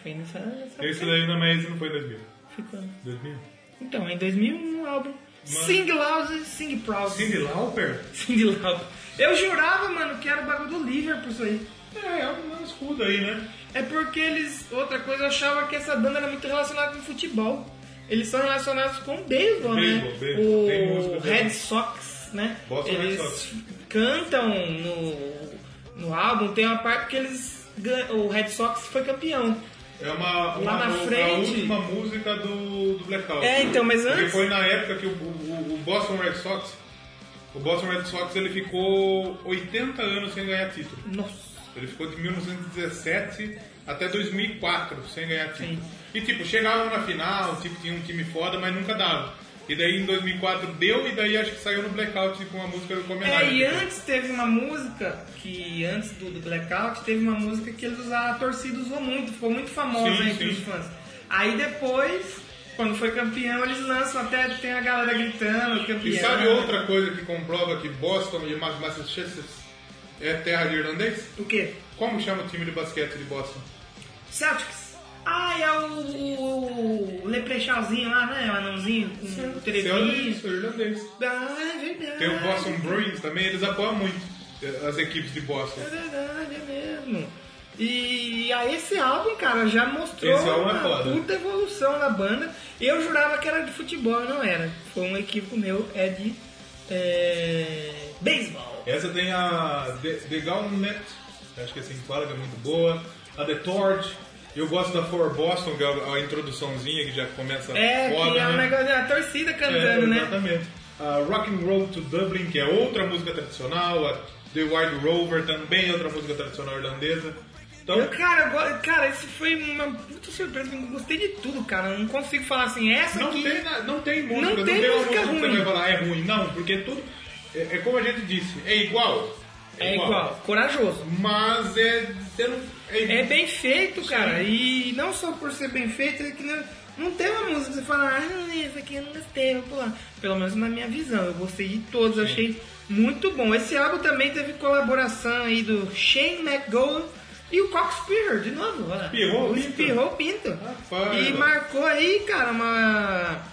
Speaker 1: Foi nessa... nessa
Speaker 2: Isso daí não, mas isso não foi em 2000.
Speaker 1: ficou.
Speaker 2: 2000.
Speaker 1: Então, em 2001 o álbum Sing Loud e Sing Proud.
Speaker 2: Cindy Lauper?
Speaker 1: Cindy Lauper. Eu jurava, mano, que era o bagulho do Liverpool isso aí.
Speaker 2: É, é um escudo aí, né?
Speaker 1: É porque eles. Outra coisa, eu achava que essa banda era muito relacionada com futebol. Eles são relacionados com o beisebol, né?
Speaker 2: Beisebol, beisebol. Tem música
Speaker 1: O
Speaker 2: dele.
Speaker 1: Red Sox, né?
Speaker 2: Boston Red
Speaker 1: eles
Speaker 2: Sox.
Speaker 1: cantam no, no álbum, tem uma parte que eles. gan- O Red Sox foi campeão.
Speaker 2: É uma, uma
Speaker 1: Lá na
Speaker 2: o- a
Speaker 1: frente.
Speaker 2: última música do, do Blackout.
Speaker 1: É, então, mas
Speaker 2: Porque
Speaker 1: antes-
Speaker 2: foi na época que o, o- o Boston Red Sox, o Boston Red Sox ele ficou 80 anos sem ganhar título.
Speaker 1: Nossa.
Speaker 2: Ele ficou de 1917 até 2004 sem ganhar título. E tipo, chegavam na final, tipo, tinha um time foda, mas nunca dava. E daí em 2004 deu e daí acho que saiu no Blackout com uma música do Come
Speaker 1: É, e
Speaker 2: Alive.
Speaker 1: antes teve uma música que, antes do, do Blackout, teve uma música que eles usaram, a torcida usou muito, ficou muito famosa
Speaker 2: Sim,
Speaker 1: entre
Speaker 2: sim.
Speaker 1: os fãs. Aí depois, quando foi campeão, eles lançam até, tem a galera gritando, campeão.
Speaker 2: E sabe outra coisa que comprova que Boston e Mass- Massachusetts é terra de irlandês?
Speaker 1: O quê?
Speaker 2: Como chama o time de basquete de Boston?
Speaker 1: Celtics. Ah, é o, o, o Leprechauzinho lá, né? O anãozinho com
Speaker 2: Celtics,
Speaker 1: televisão.
Speaker 2: irlandês.
Speaker 1: Ah, é verdade.
Speaker 2: um- Tem o Boston Bruins também, eles apoiam muito eh, as equipes de Boston.
Speaker 1: É verdade, é mesmo. E aí esse álbum, cara, já mostrou
Speaker 2: Esse álbum é
Speaker 1: uma
Speaker 2: foda.
Speaker 1: puta evolução na banda. Eu jurava que era de futebol, não era. Foi um equívoco meu, é de é, beisebol.
Speaker 2: Essa tem a The, The Gauntlet, acho que é assim que fala, que é muito boa. A The Torch. Eu gosto da For Boston, que é a a introduçãozinha que já começa
Speaker 1: É,
Speaker 2: foda,
Speaker 1: que é um
Speaker 2: né?
Speaker 1: negócio da torcida cantando,
Speaker 2: É,
Speaker 1: né?
Speaker 2: Exatamente. A Rock and Roll to Dublin, que é outra música tradicional. A The Wild Rover também é outra música tradicional irlandesa. Então,
Speaker 1: Eu, cara, eu go- cara, isso foi uma puta surpresa. Eu gostei de tudo, cara. Eu não consigo falar assim, essa
Speaker 2: não
Speaker 1: aqui.
Speaker 2: tem, na- não tem música,
Speaker 1: Não
Speaker 2: não
Speaker 1: tem
Speaker 2: tem, uma
Speaker 1: música
Speaker 2: música que você
Speaker 1: ruim.
Speaker 2: vai falar é ruim, não, porque tudo. É, é como a gente disse, é igual.
Speaker 1: É igual, corajoso.
Speaker 2: Mas é. Você não, é
Speaker 1: É
Speaker 2: igual.
Speaker 1: bem feito, cara. E não só por ser bem feito, é que não, não tem uma música que você fala, ah, essa aqui eu não gostei, vou pular. Pelo menos na minha visão, eu gostei de todos, eu achei muito bom. Esse álbum também teve colaboração aí do Shane McGowan e o Cox Spear, de novo. olha lá.
Speaker 2: Espirrou o Pinto.
Speaker 1: Espirrou o Pinto.
Speaker 2: Rapaz.
Speaker 1: E marcou aí, cara, uma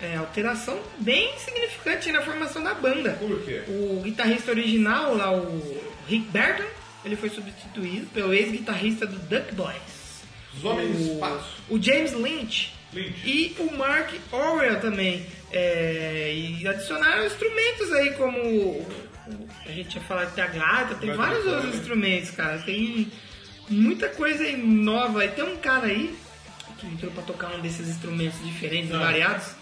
Speaker 1: é, alteração bem significante na formação da banda.
Speaker 2: Por quê?
Speaker 1: O guitarrista original, lá o Rick Burton, ele foi substituído pelo ex-guitarrista do Duck Boys.
Speaker 2: Os homens do
Speaker 1: o,
Speaker 2: espaço.
Speaker 1: o James Lynch,
Speaker 2: Lynch.
Speaker 1: e o Mark Orwell também. É, e adicionaram instrumentos aí como o- o- a gente tinha falado da gata, tem
Speaker 2: Gata
Speaker 1: vários
Speaker 2: de
Speaker 1: outros
Speaker 2: fora.
Speaker 1: instrumentos, cara. Tem muita coisa aí nova. E tem um cara aí que entrou pra tocar um desses instrumentos diferentes e
Speaker 2: Ah.
Speaker 1: variados.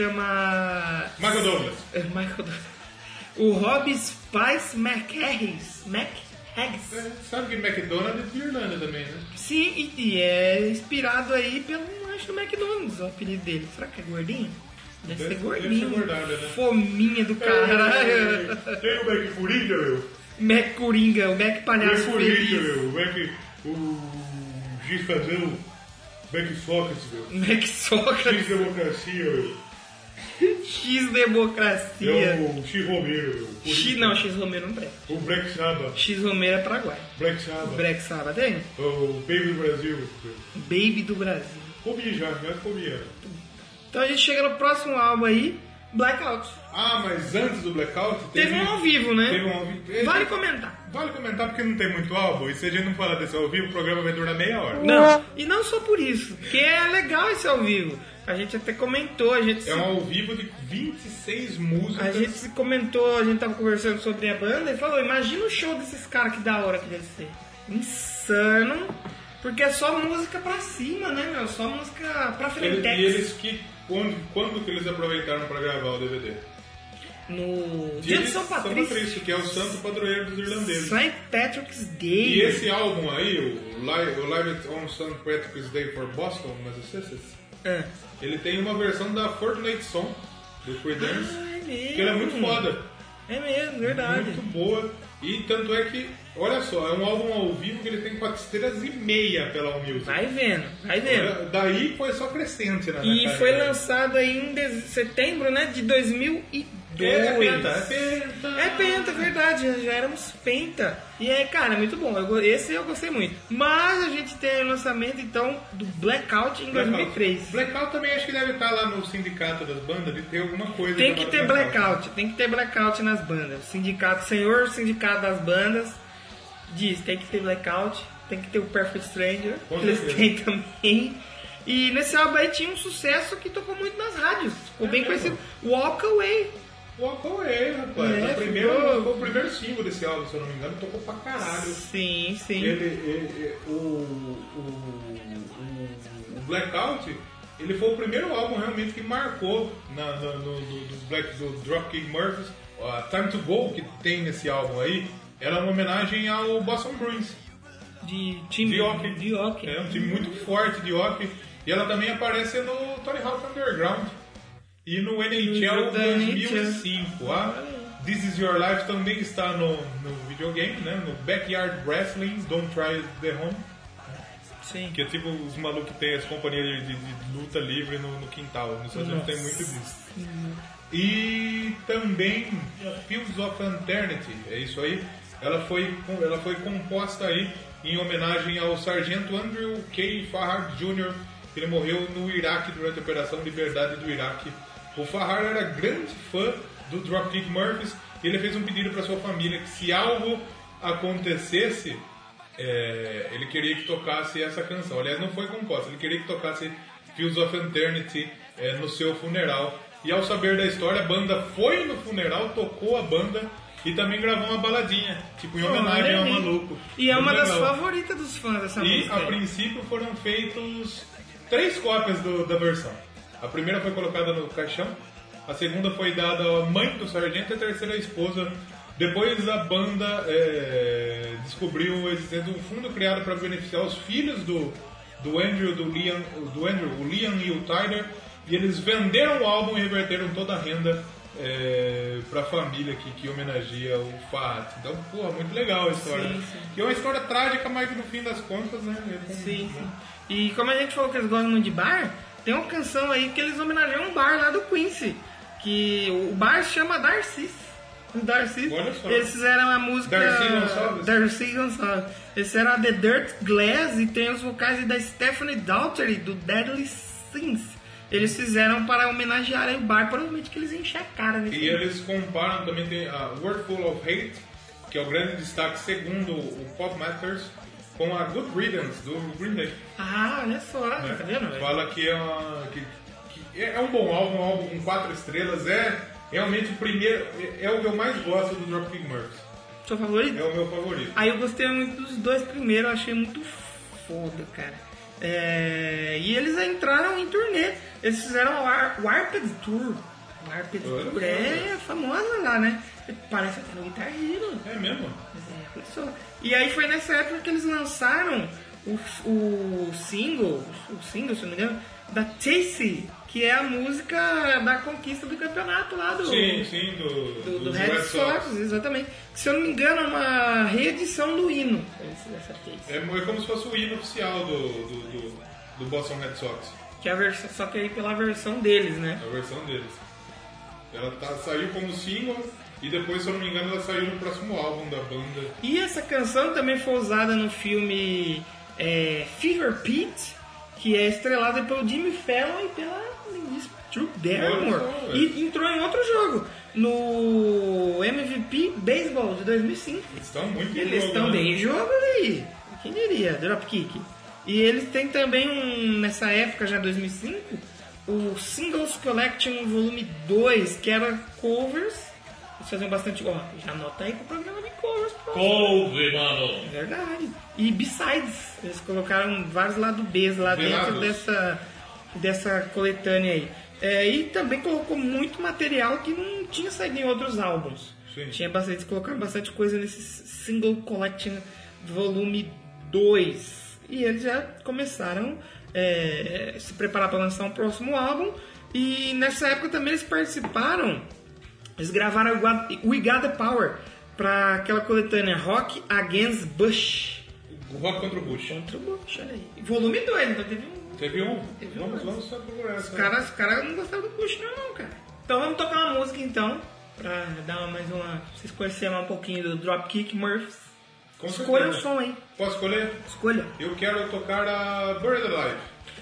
Speaker 1: Chama
Speaker 2: Michael Douglas.
Speaker 1: é, Michael Douglas. O Rob Spice McHaggis. McHaggis.
Speaker 2: É, Sabe que McDonald's é de Irlanda também, né?
Speaker 1: Sim, e, e é inspirado aí pelo lanche do McDonald's, o apelido dele. Será que é gordinho? Deve,
Speaker 2: Deve-
Speaker 1: ser
Speaker 2: deve
Speaker 1: gordinho.
Speaker 2: ser gordada, né?
Speaker 1: Fominha do
Speaker 2: É,
Speaker 1: caralho.
Speaker 2: Tem o Mac Coringa, meu.
Speaker 1: Mac Coringa, o Mac
Speaker 2: O Mac
Speaker 1: Palhaço
Speaker 2: Coringa,
Speaker 1: Feliz.
Speaker 2: meu. O Mac. O Gifazão. Mac Sócrates, meu.
Speaker 1: Mac
Speaker 2: X
Speaker 1: Sócrates.
Speaker 2: Democracia, meu.
Speaker 1: X
Speaker 2: É
Speaker 1: Democracia.
Speaker 2: o X Romero, meu. Coringa.
Speaker 1: X, não, X Romero não presta.
Speaker 2: O Black Sabbath.
Speaker 1: X Romero é Paraguai.
Speaker 2: Black Sabbath. É
Speaker 1: Breck Saba tem?
Speaker 2: O Baby Brasil. meu.
Speaker 1: Baby do Brasil.
Speaker 2: Comi já, é já comia.
Speaker 1: Então a gente chega no próximo álbum aí, Blackout.
Speaker 2: Ah, mas antes do Blackout
Speaker 1: Teve um ao vivo, né?
Speaker 2: Teve um ao vivo.
Speaker 1: Vale comentar.
Speaker 2: Vale comentar porque não tem muito álbum e se a gente não falar desse ao vivo, o programa vai durar meia hora.
Speaker 1: Não, e não só por isso, porque é legal esse ao vivo. A gente até comentou, a gente, se,
Speaker 2: É um ao vivo de 26 músicas.
Speaker 1: a gente se comentou, a gente tava conversando sobre a banda e falou, imagina o show desses caras que da hora que deve ser. Insano, porque é só música pra cima, né, meu? Só música pra
Speaker 2: Eles-
Speaker 1: frente.
Speaker 2: e eles que. Quando, quando que eles aproveitaram pra gravar o DVD?
Speaker 1: No dia de São Patrício.
Speaker 2: que é o santo padroeiro dos irlandeses.
Speaker 1: St. Patrick's Day.
Speaker 2: E esse álbum aí, o Live, o Live It on St. Patrick's Day for Boston, Massachusetts,
Speaker 1: Ah.
Speaker 2: ele tem uma versão da Fortnite Song do Creedence,
Speaker 1: Ah, é
Speaker 2: que ela é
Speaker 1: mesmo.
Speaker 2: muito foda.
Speaker 1: É mesmo, verdade.
Speaker 2: Muito boa. E tanto é que, olha só, é um álbum ao vivo que ele tem quatro estrelas e meia pela All Music.
Speaker 1: Vai vendo, vai vendo.
Speaker 2: Daí foi só crescente, né?
Speaker 1: E
Speaker 2: cara?
Speaker 1: foi lançado aí em de- setembro, né, de 2002.
Speaker 2: É penta, é penta.
Speaker 1: É penta, é verdade, já- já éramos penta. E é, cara, muito bom. Eu go- esse eu gostei muito. Mas a gente tem o lançamento, então, do Blackout em 2003.
Speaker 2: Blackout também acho que deve estar lá no sindicato das bandas, de ter alguma coisa.
Speaker 1: Tem que
Speaker 2: chamada
Speaker 1: ter blackout, tem que ter blackout nas bandas. O sindicato, o senhor sindicato das bandas diz, tem que ter blackout, tem que ter o Perfect Stranger,
Speaker 2: Com
Speaker 1: eles
Speaker 2: certeza.
Speaker 1: têm também. E nesse álbum aí tinha um sucesso que tocou muito nas rádios, ficou
Speaker 2: É
Speaker 1: bem
Speaker 2: mesmo?
Speaker 1: conhecido, Walk Away.
Speaker 2: Walk Away, rapaz.
Speaker 1: É,
Speaker 2: o, primeiro,
Speaker 1: ficou-
Speaker 2: foi o primeiro single desse álbum, se eu não me engano, tocou pra caralho.
Speaker 1: Sim, sim.
Speaker 2: Ele, ele- um, o, o, o um Blackout, ele foi o primeiro álbum realmente que marcou na, na- no, do, do Black, do Dropkick Murphys. A Time to Go que tem nesse álbum aí, era uma homenagem ao Boston Bruins.
Speaker 1: De time
Speaker 2: de hockey.
Speaker 1: de hockey.
Speaker 2: É um time muito forte de hockey. E ela também aparece no Tony Hawk Underground. E no NHL
Speaker 1: jogo da
Speaker 2: 2005. A This Is Your Life também está no, no videogame, né? No Backyard Wrestling, Don't Try The Home.
Speaker 1: Sim.
Speaker 2: Que é tipo os malucos que tem as companhias de, de- de luta livre no, no quintal. Nos Estados Unidos tem muito disso. E também Fields of Eternity, é isso aí. Ela foi, ela foi composta aí em homenagem ao sargento Andrew K. Farrar Jr., que ele morreu no Iraque durante a Operação Liberdade do Iraque. O Farrar era grande fã do Dropkick Murphys e ele fez um pedido para sua família que se algo acontecesse, é, ele queria que tocasse essa canção. Aliás, não foi composta, ele queria que tocasse Fields of Eternity é, no seu funeral. E ao saber da história, a banda foi no funeral, tocou a banda e também gravou uma baladinha, tipo em homenagem
Speaker 1: Olha
Speaker 2: ao
Speaker 1: aí.
Speaker 2: maluco.
Speaker 1: E é
Speaker 2: Muito
Speaker 1: uma das
Speaker 2: legal.
Speaker 1: favoritas dos fãs dessa
Speaker 2: E
Speaker 1: música.
Speaker 2: a
Speaker 1: aí.
Speaker 2: princípio foram feitos três cópias do- da versão. A primeira foi colocada no caixão, a segunda foi dada à mãe do sargento e a terceira à esposa. Depois a banda é, descobriu a existência de um fundo criado para beneficiar os filhos do, do Andrew, do Liam, do Andrew, o Liam e o Tyler, e eles venderam o álbum e reverteram toda a renda para a família que, que homenageia o Fato. Então, porra, muito legal a história.
Speaker 1: Sim, sim.
Speaker 2: E é uma história trágica, mas no fim das contas, né? é com-
Speaker 1: Sim, sim. E como a gente falou que eles gostam muito de bar, tem uma canção aí que eles homenageiam um bar lá do Quincy. Que o bar chama Darcis. Darcis.
Speaker 2: Olha só.
Speaker 1: Eles fizeram a música.
Speaker 2: Darcy Gonçalves?
Speaker 1: Darcy Gonçalves. Eles fizeram a The Dirt Glass e tem os vocais da Stephanie Daughtry, do Deadly Sins. Eles fizeram para homenagear aí o bar, provavelmente que eles enxacaram nesse
Speaker 2: E eles comparam também tem a Wordful of Hate, que é o grande destaque segundo o Pop Matters, com a Good Riddance do Green Day.
Speaker 1: Ah, olha só, tá vendo? velho?
Speaker 2: Fala que é, uma, que, que é é um bom álbum, um álbum com quatro estrelas, é realmente o primeiro, é- é o que eu mais gosto do Dropkick Murphys.
Speaker 1: Seu favorito?
Speaker 2: É o meu favorito.
Speaker 1: Aí eu gostei muito dos dois primeiros, eu achei muito foda, cara. É, E eles entraram em turnê, eles fizeram o Ar- Warped Tour. Warped
Speaker 2: Olha,
Speaker 1: Tour é famosa lá, né? Parece até no Guitar Hero.
Speaker 2: É mesmo?
Speaker 1: É, olha só. E aí foi nessa época que eles lançaram o, o single, o single, se não me engano, da Chase, que é a música da conquista do campeonato lá do,
Speaker 2: Sim, sim, do,
Speaker 1: do, do
Speaker 2: dos
Speaker 1: Red Sox, exatamente. Se eu não me engano, é uma reedição do hino. Esse- Essa case.
Speaker 2: É, é como se fosse o hino oficial do, do, do, do Boston Red Sox,
Speaker 1: Que é a versão, só que aí pela versão deles, né?
Speaker 2: a versão deles. Ela tá- saiu como single e depois, se eu não me engano, ela saiu no próximo álbum da banda.
Speaker 1: E essa canção também foi usada no filme é, Fever Pit, que é estrelada pelo Jimmy Fallon e pela lindíssima Drew Barrymore.
Speaker 2: Olha só,
Speaker 1: E entrou em outro jogo, no MVP Baseball de 2005.
Speaker 2: Eles estão muito em
Speaker 1: Eles
Speaker 2: jogo,
Speaker 1: estão
Speaker 2: né?
Speaker 1: bem em jogo aí. Quem diria? Dropkick. E eles têm também um, nessa época, já 2005, o Singles Collection Volume 2, que era covers. Eles faziam bastante. Ó, já anota aí com o programa de covers. pô.
Speaker 2: Couve, mano!
Speaker 1: Verdade. E besides, eles colocaram vários lado Bs lá dentro
Speaker 2: Velados.
Speaker 1: dessa, dessa coletânea aí. É, e também colocou muito material que não tinha saído em outros álbuns.
Speaker 2: Sim.
Speaker 1: Tinha bastante, eles colocaram bastante coisa nesse single collection volume 2. E eles já começaram é, se preparar para lançar um próximo álbum. E nessa época também eles participaram eles gravaram o Gua- We Got The Power, pra aquela coletânea Rock Against Bush.
Speaker 2: O rock contra o Bush.
Speaker 1: Contra o Bush, olha aí. Volume 2, então teve um.
Speaker 2: Teve um?
Speaker 1: Teve
Speaker 2: vamos,
Speaker 1: um.
Speaker 2: vamos só procurar
Speaker 1: Os
Speaker 2: essa.
Speaker 1: caras os caras não gostaram do Bush, não, não, cara. Então vamos tocar uma música então, pra dar uma- mais uma. pra vocês conhecerem mais um pouquinho do Dropkick Murphs.
Speaker 2: Com
Speaker 1: Escolha o
Speaker 2: certeza.
Speaker 1: som aí.
Speaker 2: Posso escolher?
Speaker 1: Escolha.
Speaker 2: Eu quero tocar a Bird Alive.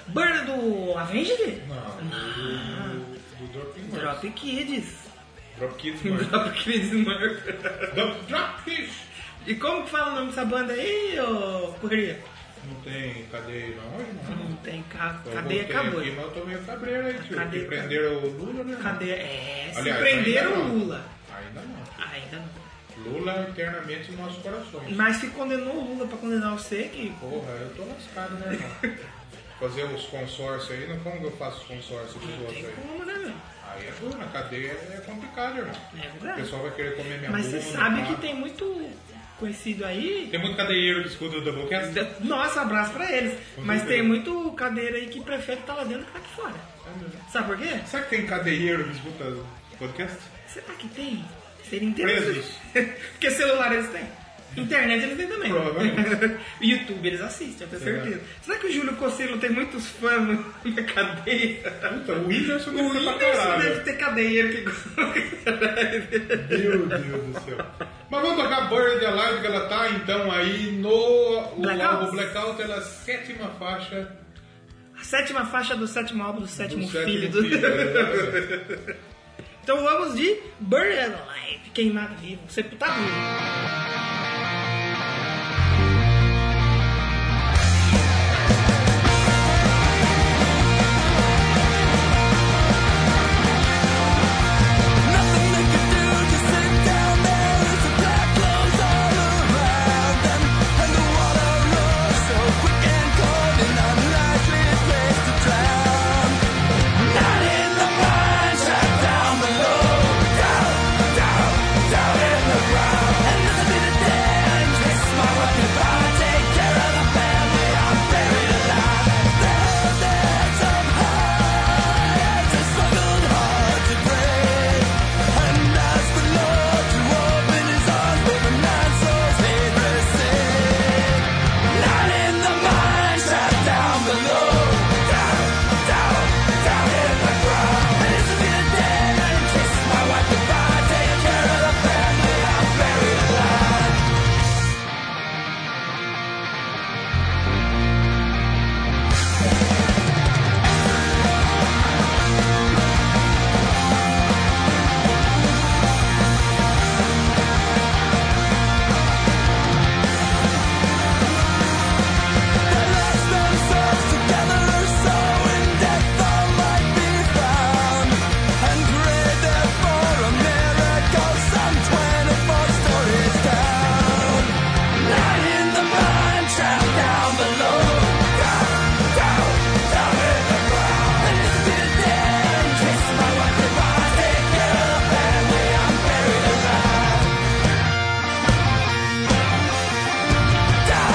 Speaker 1: Bird do Avenged?
Speaker 2: Não, do, do Drop Kids. Drop,
Speaker 1: Ah. Drop Kids.
Speaker 2: Kids, mano.
Speaker 1: Drop Kids Murphs.
Speaker 2: Drop, Drop Kids.
Speaker 1: E como que fala o nome dessa banda aí, ô Correria?
Speaker 2: Não tem cadeia não hoje, não. Então,
Speaker 1: Não tem ca...
Speaker 2: Eu
Speaker 1: cadeia,
Speaker 2: voltei
Speaker 1: acabou.
Speaker 2: Aqui, mas eu tô meio cabreiro aí, tio.
Speaker 1: Cadeia,
Speaker 2: que prenderam o Lula, né?
Speaker 1: Cadeia. É, se
Speaker 2: Aliás, ainda
Speaker 1: prenderam o
Speaker 2: não.
Speaker 1: Lula.
Speaker 2: Ainda não.
Speaker 1: Ainda não.
Speaker 2: Lula eternamente em nossos corações.
Speaker 1: Mas se condenou o Lula pra condenar você, que.
Speaker 2: Porra, eu tô lascado, né, irmão? Fazer os consórcios aí, não como que eu faço os consórcios dos
Speaker 1: Não
Speaker 2: outros
Speaker 1: tem
Speaker 2: aí?
Speaker 1: como, né, meu?
Speaker 2: Aí é duro, na cadeia é complicado, irmão.
Speaker 1: É
Speaker 2: O
Speaker 1: verdade.
Speaker 2: pessoal vai querer comer minha
Speaker 1: Mas
Speaker 2: bunda.
Speaker 1: você sabe que
Speaker 2: pá.
Speaker 1: tem muito conhecido aí.
Speaker 2: Tem muito cadeieiro que escuta o Doublecast?
Speaker 1: De- Nossa, abraço pra eles.
Speaker 2: Com
Speaker 1: Mas
Speaker 2: certeza.
Speaker 1: tem muito cadeira aí que prefere estar lá dentro que tá aqui fora. Sabe por quê?
Speaker 2: Será que tem cadeieiro que escuta o podcast?
Speaker 1: Será que tem? Seria interessante. Porque celular eles têm. Internet eles têm também.
Speaker 2: Provavelmente.
Speaker 1: YouTube eles assistem, eu tenho
Speaker 2: Será?
Speaker 1: certeza. Será que o Júlio Cocilo tem muitos fãs no- na cadeia?
Speaker 2: Puta, Então, o Whindersson
Speaker 1: O é
Speaker 2: deve ter pra
Speaker 1: Whindersson
Speaker 2: caralho.
Speaker 1: deve ter cadeia que gosta.
Speaker 2: Meu Deus do céu. Mas vamos tocar Bird Alive, que ela tá então aí no o
Speaker 1: Blackout?
Speaker 2: álbum Blackout, ela é a sétima faixa um
Speaker 1: A sétima faixa do sétimo álbum do
Speaker 2: do
Speaker 1: sétimo
Speaker 2: sétimo
Speaker 1: Um filho.
Speaker 2: filho.
Speaker 1: do-
Speaker 2: né?
Speaker 1: Então vamos de Buried Alive, queimado vivo, sepultado vivo.
Speaker 6: Nothing they can do to sit down there as the black close all around them, and the water rolls so quick and cold, an unlikely place to drown. Not in the mine, shut down below, down, down, down in the ground. And this'll be the day I kiss my wife goodbye, take care of the family, I'm buried alive. The hell that's up high, it's a struggle hard to break. And ask the Lord to open his arms with a man so faithless Not in the mine, shut down below. Down, down, down in the ground. And it's a bit dead and kiss my wife goodbye. Take care of the family, I'm buried alive. They lost themselves together, so in death all might be found, and prayed there for a miracle some twenty-four stories down. Not in the mine shaft, down below, down, down, down in the ground. And it's been dead and kissed my wife goodbye. Take care of the family, I'm buried alive. Down, down, down in the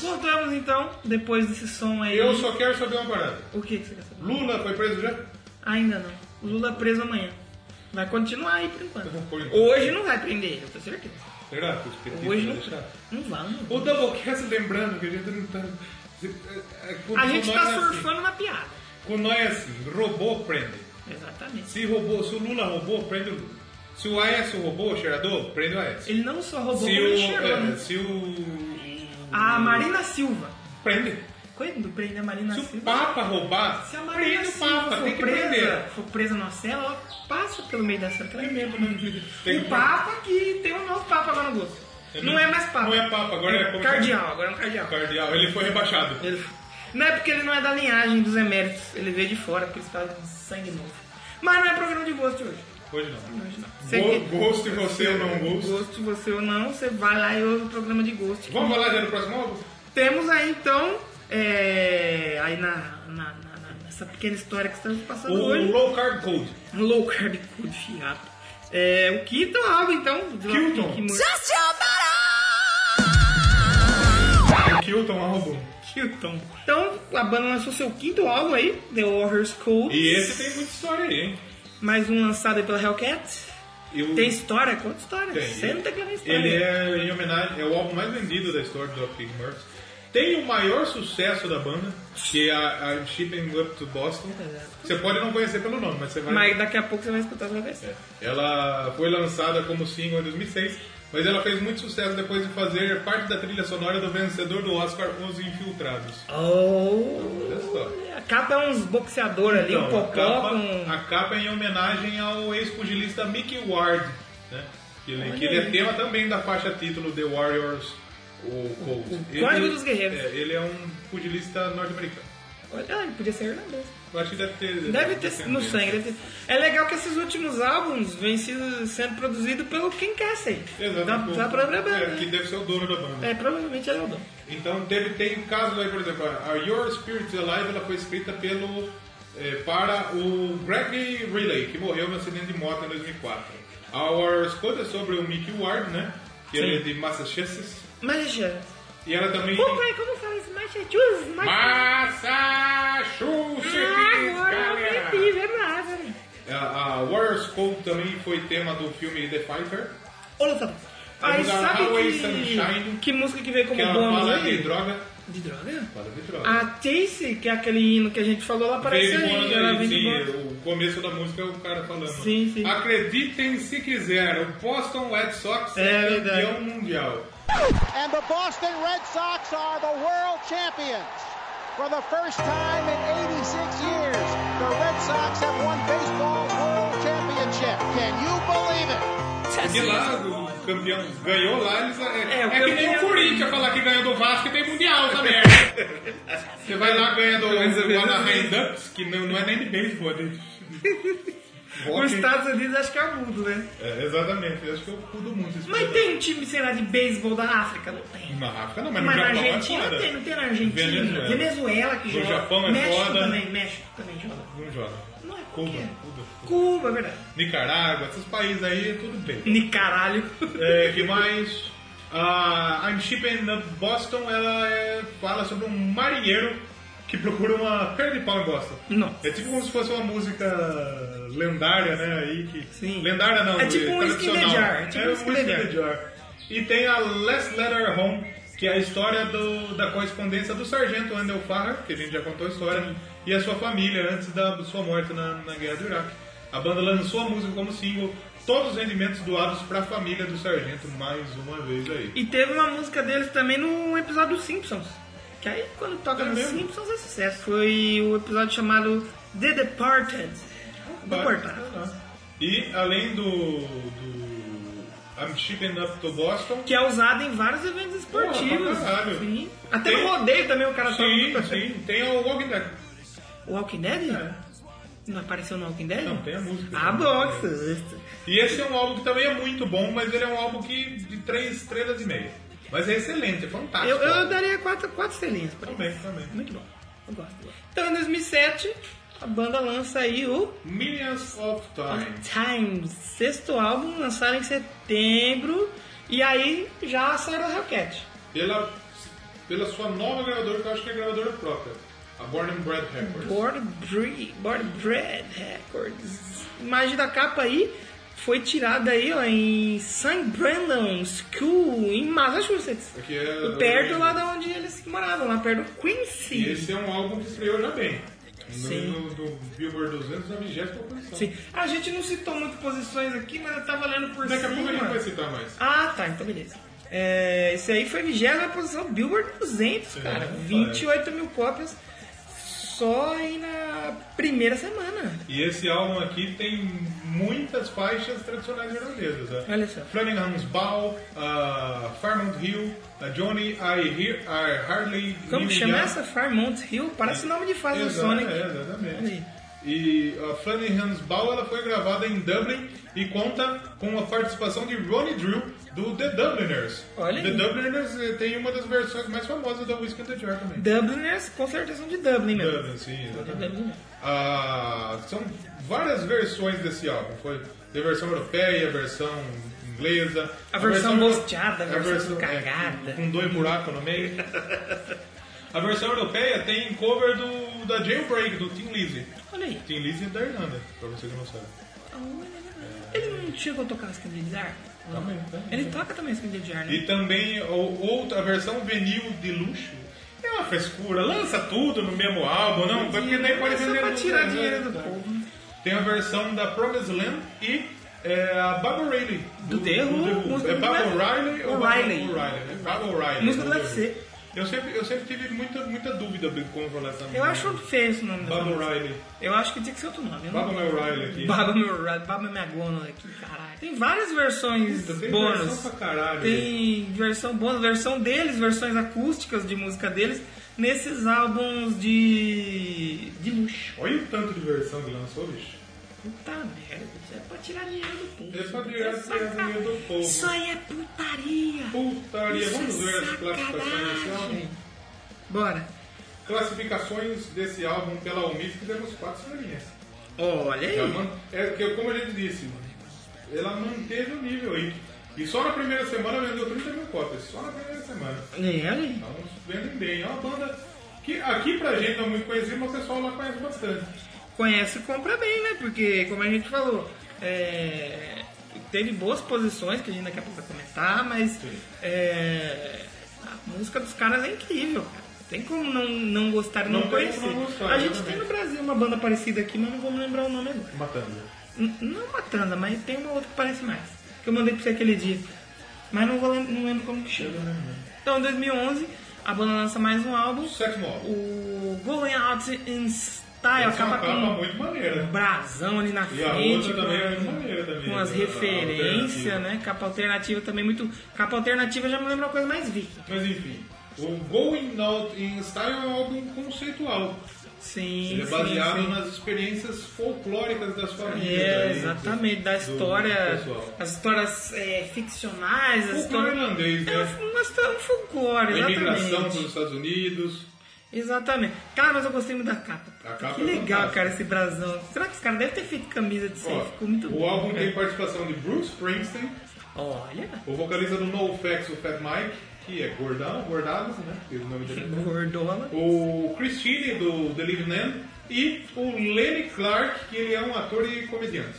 Speaker 1: Voltamos então, depois desse som aí.
Speaker 2: Eu só quero saber uma parada.
Speaker 1: O que que você quer saber?
Speaker 2: Lula foi preso já?
Speaker 1: Ainda não. O Lula é preso amanhã. Vai continuar aí por enquanto.
Speaker 2: Por enquanto.
Speaker 1: Hoje não vai prender ele, eu tenho certeza.
Speaker 2: Será que os petistas
Speaker 1: Hoje
Speaker 2: vão
Speaker 1: não,
Speaker 2: deixar?
Speaker 1: não vai. não vai.
Speaker 2: O Doublecast, lembrando que a gente não tá... é, é, com-
Speaker 1: A
Speaker 2: com
Speaker 1: gente
Speaker 2: nós
Speaker 1: tá
Speaker 2: é assim.
Speaker 1: surfando na piada.
Speaker 2: Com nós é assim, roubou, prende.
Speaker 1: Exatamente.
Speaker 2: Se roubou, se o Lula roubou, prende o Lula. Se o AS roubou, o cheirador, prende o AS.
Speaker 1: Ele é não só roubou,
Speaker 2: Se
Speaker 1: como
Speaker 2: o...
Speaker 1: ele cheirou,
Speaker 2: é,
Speaker 1: né?
Speaker 2: se o...
Speaker 1: A Marina Silva.
Speaker 2: Prende.
Speaker 1: Quando prende a Marina
Speaker 2: Se o
Speaker 1: Silva.
Speaker 2: Papa roubar,
Speaker 1: Se a Marina
Speaker 2: prende o
Speaker 1: Silva
Speaker 2: Papa, tem
Speaker 1: for
Speaker 2: que
Speaker 1: presa,
Speaker 2: prender.
Speaker 1: for presa na cela, ela passa pelo meio da cela. que ela é mesmo, né?
Speaker 2: Tem
Speaker 1: O Papa que tem um novo Papa agora no gosto.
Speaker 2: Ele
Speaker 1: Não
Speaker 2: não-
Speaker 1: é mais Papa.
Speaker 2: não é Papa, agora é como-
Speaker 1: Cardeal, agora é um cardeal.
Speaker 2: Cardeal, ele foi rebaixado.
Speaker 1: Ele- Não é porque ele não é da linhagem dos eméritos, ele veio de fora, porque eles fazem sangue novo. Mas não é programa de gosto hoje.
Speaker 2: Hoje não.
Speaker 1: hoje não. Você
Speaker 2: Go,
Speaker 1: que-
Speaker 2: gosto e você ou não gosto.
Speaker 1: Gosto, você ou não, você vai lá e ouve o programa de gosto.
Speaker 2: Vamos falar já do próximo álbum?
Speaker 1: Temos aí então, é, aí na, na- na- na- nessa pequena história que estamos passando
Speaker 2: O
Speaker 1: hoje,
Speaker 2: Low Carb Gold.
Speaker 1: um low carb food fiado. É, o quinto álbum então, de
Speaker 2: Quinto?
Speaker 1: Lockpick Mur-
Speaker 6: Just your body.
Speaker 2: O Kilton álbum.
Speaker 1: Chilton. Então, a banda lançou seu quinto álbum aí, The Warriors Cold.
Speaker 2: E esse tem muita história aí, hein?
Speaker 1: Mais um lançado pela Hellcat.
Speaker 2: E o-
Speaker 1: Tem história? Conta história.
Speaker 2: Tem.
Speaker 1: Senta que é uma história.
Speaker 2: Ele é em homenagem, é o álbum mais vendido da história do Pig Murphy. Tem o maior sucesso da banda, que é a, a Shipping Up to Boston. Você pode não conhecer pelo nome, mas você vai.
Speaker 1: É Mas daqui a pouco você vai escutar essa
Speaker 2: É.
Speaker 1: versão.
Speaker 2: Ela foi lançada como single em 2006, mas ela fez muito sucesso depois de fazer parte da trilha sonora do vencedor do Oscar Os Infiltrados.
Speaker 1: Oh.
Speaker 2: Olha só.
Speaker 1: A capa é uns boxeadores ali,
Speaker 2: Então,
Speaker 1: um
Speaker 2: a,
Speaker 1: popó
Speaker 2: capa,
Speaker 1: com...
Speaker 2: a capa é em homenagem ao ex-pugilista Mickey Ward, né? que, ele, que ele é tema também da faixa título The Warriors, o Cold. Ele-
Speaker 1: Código dos Guerreiros.
Speaker 2: é, ele é um pugilista norte-americano.
Speaker 1: Olha, ah, ele podia ser irlandês.
Speaker 2: Eu acho que deve ter...
Speaker 1: Deve ter no sangue. Deve ter... É legal que esses últimos álbuns vêm sido- sendo produzidos pelo Ken Casey. Da,
Speaker 2: Exato.
Speaker 1: da própria banda.
Speaker 2: É, que
Speaker 1: né?
Speaker 2: deve ser o dono da banda.
Speaker 1: É, provavelmente ele é o dono.
Speaker 2: Então teve, tem casos aí, por exemplo, a Your Spirit Alive ela foi escrita pelo, eh, para o Greg Riley, que morreu no acidente de moto em 2004. A Our Scout é sobre o Mickey Ward, né? Que ele é de Massachusetts.
Speaker 1: Mas, já...
Speaker 2: E ela também.
Speaker 5: Como é? Como fala isso? Massachusetts? Massachusetts.
Speaker 2: Massachusetts!
Speaker 5: Ah, agora eu
Speaker 2: galera!
Speaker 5: aprendi,
Speaker 1: é
Speaker 5: verdade.
Speaker 2: a a Warriors Code também foi tema do filme The Fighter,
Speaker 1: Olha só. Aí
Speaker 2: Vamos dar
Speaker 1: sabe
Speaker 2: Highway
Speaker 1: que...
Speaker 2: Sunshine.
Speaker 1: que música que veio como
Speaker 2: que ela
Speaker 1: bônus
Speaker 2: fala de
Speaker 1: aí?
Speaker 2: droga.
Speaker 1: De droga?
Speaker 2: Fala de
Speaker 5: Ah,
Speaker 2: droga.
Speaker 1: A Tacy, que é aquele hino que a gente falou, ela aparece
Speaker 2: Veio
Speaker 1: aí.
Speaker 2: embora
Speaker 1: Ela
Speaker 2: daí,
Speaker 1: vem de
Speaker 2: sim,
Speaker 1: bônus.
Speaker 2: o começo da música é o cara falando.
Speaker 1: Sim, sim.
Speaker 2: Acreditem se quiser, o Boston Red Sox é,
Speaker 1: É
Speaker 2: campeão
Speaker 1: verdade.
Speaker 2: mundial.
Speaker 7: And the Boston Red Sox are the world champions. For the first time in 86 years, the Red Sox have won baseball's world championship. Can you believe it?
Speaker 2: De lá, o campeão ganhou lá, eles. É,
Speaker 1: É, o
Speaker 2: é que nem
Speaker 1: campeão-
Speaker 2: o Corinthians falar que ganhou do Vasco e tem mundial, essa merda. Você vai lá ganha do
Speaker 1: Mais ou menos
Speaker 2: Anaheim
Speaker 1: isso.
Speaker 2: Ducks, que não, não é nem de beisebol, é de. Hockey.
Speaker 1: Os Estados Unidos acho que é o mundo, né?
Speaker 2: É, exatamente, eu acho que é o cu do mundo. esse
Speaker 1: Mas
Speaker 2: programa.
Speaker 1: tem um time, sei lá, de beisebol da África? Não tem.
Speaker 2: Na África não, mas,
Speaker 1: Mas
Speaker 2: no
Speaker 1: na
Speaker 2: Japão é
Speaker 1: Argentina
Speaker 2: foda.
Speaker 1: tem, não tem na Argentina.
Speaker 2: Venezuela.
Speaker 1: Venezuela, que
Speaker 2: No
Speaker 1: joga.
Speaker 2: Japão é
Speaker 1: México
Speaker 2: foda.
Speaker 1: também, México também joga.
Speaker 2: Não joga.
Speaker 1: Não é
Speaker 2: Cuba,
Speaker 1: qualquer.
Speaker 2: Cuba, Cuba.
Speaker 1: Cuba, é verdade.
Speaker 2: Nicarágua, esses países aí, tudo bem.
Speaker 1: Nicaralho.
Speaker 2: É, que mais? A I'm Shipping the Boston, ela é- fala sobre um marinheiro que procura uma perna de pau em Boston.
Speaker 1: Nossa.
Speaker 2: É tipo como se fosse uma música lendária, né? Aí que...
Speaker 1: Sim.
Speaker 2: Lendária não,
Speaker 1: É tipo um whisky in
Speaker 2: tradicional.
Speaker 1: the jar, é tipo
Speaker 2: é
Speaker 1: um
Speaker 2: um
Speaker 1: whisky in
Speaker 2: whisky
Speaker 1: the
Speaker 2: in the jar. E tem a Last Letter Home, que é a história do- da correspondência do sargento Wendell Farrar, que a gente já contou a história, e a sua família antes da sua morte na, na guerra do Iraque. A banda lançou a música como single, todos os rendimentos doados para a família do sargento, mais uma vez aí.
Speaker 1: e teve uma música deles também no episódio dos Simpsons. Que aí quando toca
Speaker 2: É
Speaker 1: nos
Speaker 2: mesmo?
Speaker 1: Simpsons é sucesso. Foi o episódio chamado The Departed. Deportado.
Speaker 2: E além do, do I'm Shipping Up to Boston,
Speaker 1: Que é usado em vários eventos esportivos.
Speaker 2: pra caralho.
Speaker 1: Sim. Até
Speaker 2: Tem-
Speaker 1: no rodeio também o cara
Speaker 2: sim,
Speaker 1: toca.
Speaker 2: sim, tem o Walking Dead.
Speaker 1: O Walking Dead? Não apareceu no Walking Dead?
Speaker 2: É. Não, tem a música.
Speaker 1: Ah, bom, que susto.
Speaker 2: E esse é um álbum que também é muito bom, mas ele é um álbum que de três estrelas e meia. Mas é excelente, é fantástico.
Speaker 1: Eu, eu daria quatro, quatro selinhas pra ele.
Speaker 2: Também, também.
Speaker 1: Muito bom. Eu gosto. Então, em 2007, a banda lança aí o
Speaker 2: Millions of Time.
Speaker 1: Times, sexto álbum, lançado em setembro. E aí já saiu da Hellcat.
Speaker 2: Pela, pela sua nova gravadora, que eu acho que é a gravadora própria. A Born and Bred Records.
Speaker 1: Board Bre- Board Bread Records. Imagem da capa aí foi tirada aí ó, em St. Brandon School, em Massachusetts.
Speaker 2: Aqui é-
Speaker 1: E perto lá de onde eles moravam, lá perto do Quincy.
Speaker 2: E esse é um álbum que estreou já bem.
Speaker 1: Sim.
Speaker 2: No, no, no Billboard 200, na 20 posição.
Speaker 1: Sim. A gente não citou muito posições aqui, mas eu tava lendo por
Speaker 2: Daqui a
Speaker 1: cima.
Speaker 2: pouco a gente vai citar mais.
Speaker 1: Ah, tá, então beleza. É, esse aí foi a vigésima posição Billboard 200, cara. 28 mil cópias só aí na primeira semana.
Speaker 2: E esse álbum aqui tem muitas faixas tradicionais irlandesas. Né?
Speaker 1: Olha só.
Speaker 2: Flannigan's Ball, a Farmont ah, Hill, a Johnny I, Hear, I Hardly
Speaker 1: Como
Speaker 2: Knew
Speaker 1: chama
Speaker 2: Ya.
Speaker 1: essa? Farmont Hill? Parece nome de fase do
Speaker 2: Exa-
Speaker 1: Sonic.
Speaker 2: é,
Speaker 1: Olha aí.
Speaker 2: exatamente. E ah, a Flanagan's Ball ela foi gravada em Dublin e conta com a participação de Ronnie Drew do The Dubliners.
Speaker 1: Olha
Speaker 2: The
Speaker 1: aí.
Speaker 2: Dubliners eh, tem uma das versões mais famosas da Whiskey in the Jar também.
Speaker 1: Dubliners, com certeza são de Dublin mesmo.
Speaker 2: Dublin, sim, exatamente.
Speaker 1: Dublin mesmo.
Speaker 2: Ah, são várias versões desse álbum. Foi tem versão europeia, a versão inglesa.
Speaker 1: A versão gosteada, a versão
Speaker 2: é,
Speaker 1: cagada.
Speaker 2: com dois buracos no meio. A versão europeia tem cover do, da Jailbreak, do Tim Lizzy.
Speaker 1: Olha aí.
Speaker 2: Tim Lizzy é da Irlanda, pra você que não sabe.
Speaker 1: Ele não chegou a tocar as candideiras de ar?
Speaker 2: Também, também.
Speaker 1: Ele toca também as candideiras de ar, né?
Speaker 2: Tá? Uhum. E também o- outra a versão vinil de luxo. É uma frescura, lança tudo no mesmo álbum, não? Porque daí pode
Speaker 1: é Só
Speaker 2: vender
Speaker 1: pra
Speaker 2: muito,
Speaker 1: tirar
Speaker 2: né?
Speaker 1: dinheiro do povo.
Speaker 2: Tem a versão da Promised Land e é, a Baba Riley.
Speaker 1: Do The Who, música
Speaker 2: É
Speaker 1: do
Speaker 2: Baba
Speaker 1: Led-
Speaker 2: Riley ou
Speaker 1: O'Reilly.
Speaker 2: Baba O'Reilly? É Baba O'Reilly.
Speaker 1: Música do
Speaker 2: The Who.
Speaker 1: UFC.
Speaker 2: Eu sempre, eu sempre tive muita, muita dúvida de como falar essa
Speaker 1: Eu
Speaker 2: música.
Speaker 1: acho feio esse nome dessa
Speaker 2: Baba
Speaker 1: música.
Speaker 2: O'Reilly.
Speaker 1: Eu acho que tinha que ser outro nome. eu não-
Speaker 2: Baba O'Reilly aqui.
Speaker 1: Baba meu Baba Magono aqui, caralho. Tem várias versões
Speaker 2: Puta, tem
Speaker 1: bônus.
Speaker 2: versão pra caralho.
Speaker 1: Tem versão bônus, versão deles, versões acústicas de música deles nesses álbuns de de luxo.
Speaker 2: Olha o tanto de versão que lançou, bicho.
Speaker 1: Puta merda, isso é pra tirar dinheiro do povo.
Speaker 2: É pra tirar
Speaker 1: Isso é
Speaker 2: dinheiro
Speaker 1: saca-
Speaker 2: do povo.
Speaker 1: Isso aí é putaria.
Speaker 2: Putaria.
Speaker 1: Isso
Speaker 2: Vamos
Speaker 1: é
Speaker 2: ver as classificações desse álbum.
Speaker 1: sacanagem. Bora.
Speaker 2: Classificações desse álbum pela Umis que demos quatro estrelinhas.
Speaker 1: Olha aí.
Speaker 2: Ela man- É que, como a gente disse, ela manteve o nível aí. E só na primeira semana vendeu 30 mil cópias. Só na primeira semana.
Speaker 1: É, olha aí.
Speaker 2: Então vendem bem. É uma banda que aqui pra gente não é muito conhecida, mas o pessoal lá conhece bastante.
Speaker 1: conhece e compra bem, né? Porque, como a gente falou, é, teve boas posições, que a gente daqui a pouco vai comentar, mas é, a música dos caras é incrível, cara. Tem como não, não gostar e não,
Speaker 2: Não tem
Speaker 1: conhecer.
Speaker 2: como não gostar,
Speaker 1: a gente tem
Speaker 2: exatamente.
Speaker 1: no Brasil uma banda parecida aqui, mas não vou me lembrar o nome agora.
Speaker 2: Matando.
Speaker 1: N- não Matanda, mas tem uma outra que parece mais. Que eu mandei pra você aquele dia. Mas não, vou lem- não lembro como que chama. Então, em 2011, a banda lança mais um álbum.
Speaker 2: Sétimo álbum.
Speaker 1: O Going Out in Style,
Speaker 2: Essa é uma
Speaker 1: acaba
Speaker 2: capa
Speaker 1: com
Speaker 2: muito maneira.
Speaker 1: brasão ali na
Speaker 2: E a
Speaker 1: frente,
Speaker 2: outra também é muito
Speaker 1: com,
Speaker 2: maneira também,
Speaker 1: com as
Speaker 2: a- a alternativa.
Speaker 1: referências, né? Capa alternativa também muito. Capa alternativa já me lembra uma coisa mais viking.
Speaker 2: Mas enfim, o Going Out in Style é um álbum conceitual.
Speaker 1: Sim,
Speaker 2: Ele é
Speaker 1: sim,
Speaker 2: baseado
Speaker 1: sim.
Speaker 2: nas experiências folclóricas das famílias.
Speaker 1: É,
Speaker 2: aí,
Speaker 1: exatamente,
Speaker 2: do-
Speaker 1: da
Speaker 2: do
Speaker 1: história,
Speaker 2: pessoal.
Speaker 1: as histórias é, ficcionais, as
Speaker 2: Folclore
Speaker 1: histórias...
Speaker 2: irlandês,
Speaker 1: É
Speaker 2: né?
Speaker 1: um, mas é um folclore,
Speaker 2: A imigração para os
Speaker 1: exatamente.
Speaker 2: Estados Unidos.
Speaker 1: Exatamente. Cara, mas eu gostei muito da capa.
Speaker 2: A capa
Speaker 1: que
Speaker 2: é
Speaker 1: legal,
Speaker 2: fantástica.
Speaker 1: cara, esse brasão. Será que os caras devem ter feito camisa de
Speaker 2: Ó,
Speaker 1: safe? Ficou muito
Speaker 2: o
Speaker 1: bom.
Speaker 2: álbum
Speaker 1: cara.
Speaker 2: tem participação de Bruce Springsteen,
Speaker 1: Olha,
Speaker 2: o vocalista do NoFX, o Fat Mike, que é gordão, gordados, né? Que é o nome dele.
Speaker 1: gordola.
Speaker 2: O Chris Healy, do The Living End, e o Lenny Clark, que ele é um ator e comediante.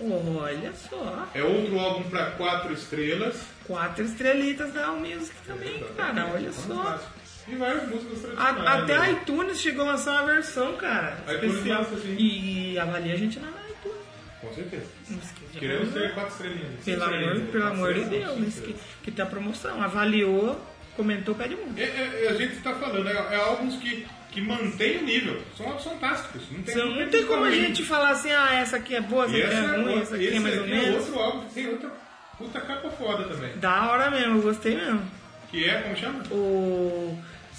Speaker 1: Olha só.
Speaker 2: É outro álbum para quatro estrelas.
Speaker 1: Quatro estrelitas da All Music também, cara. Olha só.
Speaker 2: Fantástico. E várias músicas
Speaker 1: A-
Speaker 2: tradicionais.
Speaker 1: até a
Speaker 2: né?
Speaker 1: iTunes chegou a lançar uma versão, cara.
Speaker 2: A iTunes
Speaker 1: especial.
Speaker 2: lança, sim.
Speaker 1: E, e avalia a gente na iTunes.
Speaker 2: Com certeza.
Speaker 1: Não esquece de
Speaker 2: Queremos
Speaker 1: avaliar.
Speaker 2: ter quatro estrelinhas.
Speaker 1: Pelo amor, pelo amor de Deus, né? que, que tem a promoção. Avaliou, comentou, pede muito.
Speaker 2: É, é, é, a gente tá falando, é, é álbuns que, que mantém o nível. São álbuns fantásticos. Não tem,
Speaker 1: Então,
Speaker 2: não
Speaker 1: não tem como a
Speaker 2: ruim.
Speaker 1: gente falar assim, ah, essa aqui é boa, essa
Speaker 2: um E
Speaker 1: aqui
Speaker 2: essa,
Speaker 1: é ruim, essa aqui
Speaker 2: esse
Speaker 1: é mais ou
Speaker 2: aqui é
Speaker 1: menos.
Speaker 2: outro álbum que tem outra puta capa foda também.
Speaker 1: Da hora mesmo, eu gostei mesmo.
Speaker 2: Que é, como chama?
Speaker 1: O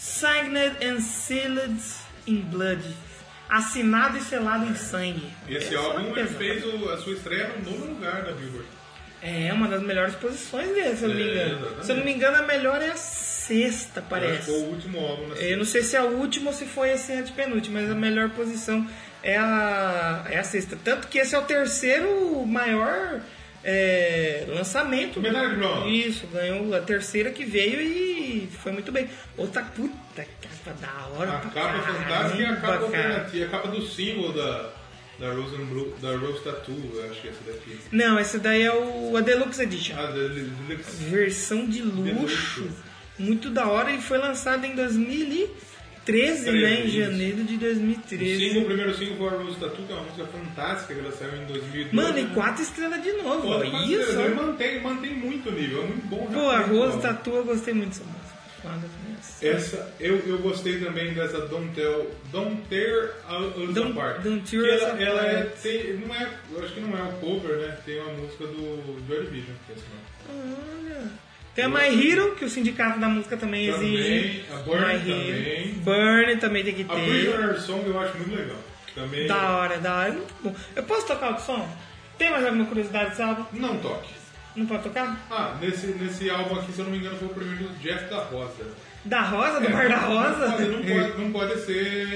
Speaker 1: Signed and Sealed in Blood. Assinado e selado em sangue.
Speaker 2: Esse
Speaker 1: Essa é uma
Speaker 2: álbum ele
Speaker 1: pesada.
Speaker 2: fez o- a sua estreia no nono lugar da Billboard.
Speaker 1: É uma das melhores posições dele, se eu não me
Speaker 2: É,
Speaker 1: engano.
Speaker 2: exatamente.
Speaker 1: Se eu não me engano, a melhor é a sexta,
Speaker 2: Acho que Foi o
Speaker 1: parece.
Speaker 2: último álbum na
Speaker 1: Eu não sei se é a última ou se foi esse antepenúltimo, mas a melhor posição é a, é a sexta. Tanto que esse é o terceiro maior é, lançamento.
Speaker 2: Medalha de bronze.
Speaker 1: Isso, ganhou a terceira que veio e foi muito bem. Outra puta capa da hora.
Speaker 2: A
Speaker 1: pra
Speaker 2: capa fantástica e a
Speaker 1: caramba,
Speaker 2: capa
Speaker 1: cara.
Speaker 2: alternativa, a capa do single da, da, Rose and Blue, da Rose Tattoo, eu acho que é essa daqui.
Speaker 1: Não, esse daí é o, a Deluxe Edition.
Speaker 2: Ah, da Deluxe.
Speaker 1: versão de luxo,
Speaker 2: luxo.
Speaker 1: muito da hora e foi lançada em 2013, né? Em
Speaker 2: Isso.
Speaker 1: janeiro de
Speaker 2: O, single, o
Speaker 1: 2013.
Speaker 2: primeiro single foi a Rose Tattoo, que é uma música fantástica que ela saiu em 2012.
Speaker 1: Mano, e quatro estrelas de novo. ó.
Speaker 2: Pô, mas
Speaker 1: Isso.
Speaker 2: ele
Speaker 1: ó.
Speaker 2: Mantém, mantém muito o nível, é muito bom.
Speaker 1: Pô, tá-
Speaker 2: realmente,
Speaker 1: arroz
Speaker 2: mano.
Speaker 1: tatu, eu gostei muito dessa música. Uma das minhas.
Speaker 2: Essa, eu, eu gostei também dessa Don't Tell, Don't Tear Us
Speaker 1: Don't-
Speaker 2: Apart.
Speaker 1: Don't Tear
Speaker 2: Que
Speaker 1: Us
Speaker 2: ela, ela é,
Speaker 1: Apart.
Speaker 2: tem, não é, eu acho que não é um cover, né? Tem uma música do Joy Division, que é esse nome.
Speaker 1: Olha. Tem a My Hero, que o sindicato da música também,
Speaker 2: Também,
Speaker 1: exige.
Speaker 2: a Burn
Speaker 1: My Hero.
Speaker 2: também.
Speaker 1: Burn também tem que
Speaker 2: A
Speaker 1: ter.
Speaker 2: Prisoner Song eu acho muito legal. Também
Speaker 1: Da hora, da hora. Muito bom. Eu posso tocar o som? Tem mais alguma curiosidade, sabe?
Speaker 2: não toque.
Speaker 1: Não pode tocar?
Speaker 2: Ah, nesse, nesse álbum aqui, se eu não me engano, foi o primeiro do Jeff da Rosa.
Speaker 1: Da Rosa, do Bar da Rosa?
Speaker 2: É,
Speaker 1: É.
Speaker 2: Não pode, não pode, não pode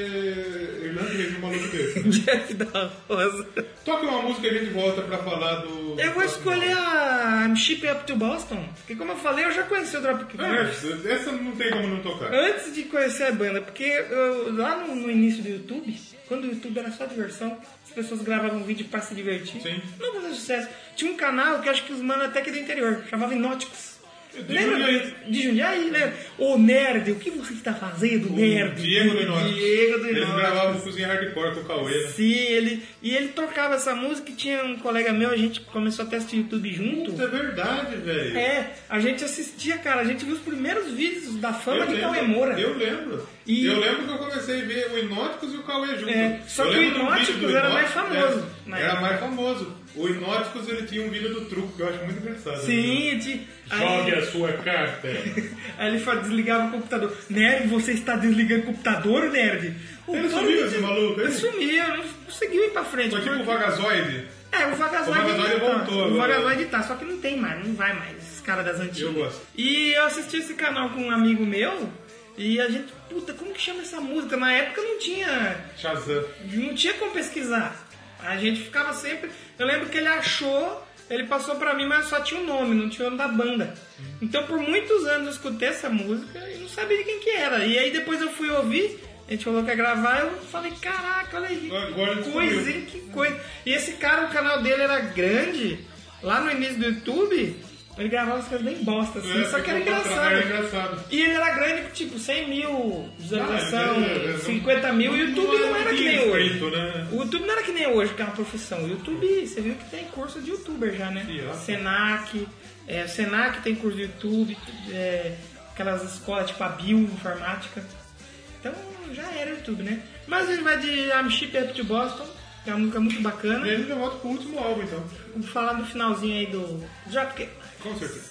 Speaker 2: ser irlandês, um maluco desse.
Speaker 1: Jeff da Rosa.
Speaker 2: Toca uma música e a gente volta pra falar do...
Speaker 1: Eu vou escolher a I'm Ship Up to Boston, porque como eu falei, eu já conheci o Dropkick Murphys.
Speaker 2: É, essa não tem como não tocar.
Speaker 1: Antes de conhecer a banda, porque eu- lá no, no início do YouTube, quando o YouTube era só diversão, as pessoas gravavam um vídeo pra se divertir.
Speaker 2: Sim.
Speaker 1: Não fazia sucesso. Tinha um canal que eu acho que os manos até que é do interior, chamava Inóticos.
Speaker 2: De
Speaker 1: lembra
Speaker 2: Jundiaí.
Speaker 1: do- de Jundiaí, né? Ô nerd, o que você está fazendo, nerd?
Speaker 2: Diego do Inópolis.
Speaker 1: Diego do
Speaker 2: Eles
Speaker 1: Inópolis.
Speaker 2: gravavam Cozinha Hardcore com o Cauê, né?
Speaker 1: Sim, ele, e ele tocava essa música e tinha um colega meu, a gente começou a testar YouTube junto.
Speaker 2: Isso é verdade, velho.
Speaker 1: É, a gente assistia, cara, a gente viu os primeiros vídeos da fama de Cauê Moura.
Speaker 2: Eu lembro.
Speaker 1: E-
Speaker 2: Eu lembro que eu comecei a ver o Inóticos e o Cauê juntos.
Speaker 1: É, só que o
Speaker 2: um
Speaker 1: Inóticos era mais famoso, né?
Speaker 2: Era mais famoso. O Inóticos ele tinha um vídeo do truco que eu acho muito engraçado. né?
Speaker 1: Sim, de,
Speaker 2: Jogue
Speaker 1: aí,
Speaker 2: a sua carta.
Speaker 1: aí ele fa- desligava o computador. Nerd, você está desligando o computador, nerd? O
Speaker 2: Ele
Speaker 1: Paulo
Speaker 2: sumiu,
Speaker 1: de-
Speaker 2: esse maluco,
Speaker 1: Ele
Speaker 2: hein?
Speaker 1: sumiu, não conseguiu ir pra frente.
Speaker 2: Foi tipo o
Speaker 1: porque-
Speaker 2: Vagazoide.
Speaker 1: É, o Vagazoide
Speaker 2: O Vagazoide
Speaker 1: tá.
Speaker 2: voltou
Speaker 1: O
Speaker 2: agora.
Speaker 1: Vagazoide tá, só que não tem mais, não vai mais. Esses caras das antigas.
Speaker 2: Eu gosto.
Speaker 1: E eu assisti esse canal com um amigo meu e a gente, puta, como que chama essa música? Na época não tinha
Speaker 2: Shazam.
Speaker 1: não tinha como pesquisar. A gente ficava sempre. Eu lembro que ele achou, ele passou pra mim, mas só tinha o nome, não tinha o nome da banda. Então por muitos anos eu escutei essa música e não sabia de quem que era. E aí depois eu fui ouvir, a gente falou que ia gravar, eu falei, caraca, olha aí,
Speaker 2: Agora
Speaker 1: que
Speaker 2: descobriu.
Speaker 1: coisa, hein, que coisa. E esse cara, o canal dele era grande, lá no início do YouTube, ele gravava as coisas bem bosta, assim,
Speaker 2: É,
Speaker 1: só que era
Speaker 2: ficou pra
Speaker 1: engraçado.
Speaker 2: trás, Era engraçado.
Speaker 1: E ele era grande, tipo, 100 mil visualização,
Speaker 2: Ah, é, é, é,
Speaker 1: 50 mil. O YouTube não era que nem hoje.
Speaker 2: Feito, né?
Speaker 1: O YouTube não era que nem hoje, que é uma profissão. O YouTube, você viu que tem curso de youtuber já, né?
Speaker 2: Sim, ó.
Speaker 1: Senac, é, o Senac tem curso de YouTube, é, aquelas escolas tipo a Bio Informática. Então já era YouTube, né? Mas ele vai de I'm Ship Up to Boston, que é uma música muito bacana.
Speaker 2: E a gente já volta pro último álbum, então.
Speaker 1: Vamos falar no finalzinho aí do Dropkick.
Speaker 2: Com certeza.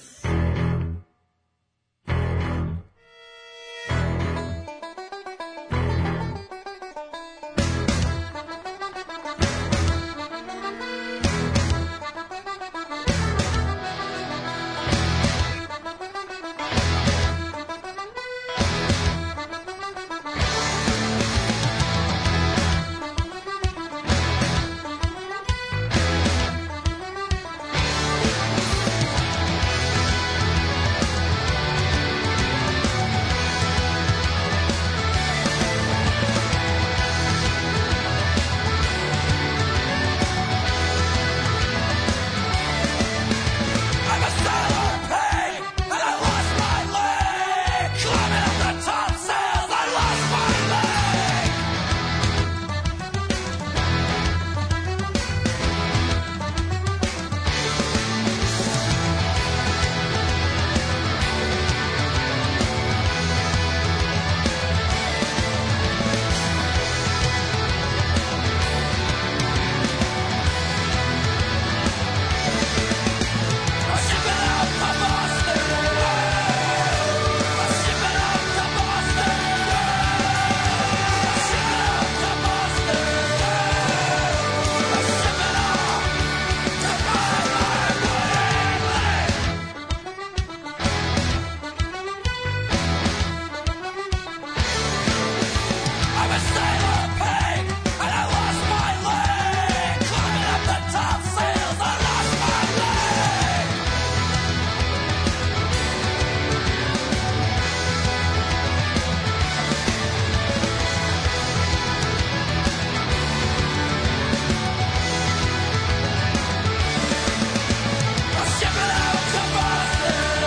Speaker 6: I'm a son of pain, and I lost my leg. Climbing up the top sails, I lost my leg. I'm shipping out to Boston. I'm shipping out to Boston. I'm shipping out to Boston. I'm shipping out to buy my wedding ring. I'm a sailor pig, and I lost my leg. Climbing up the top sails, I lost my leg. I'm shipping out to Boston.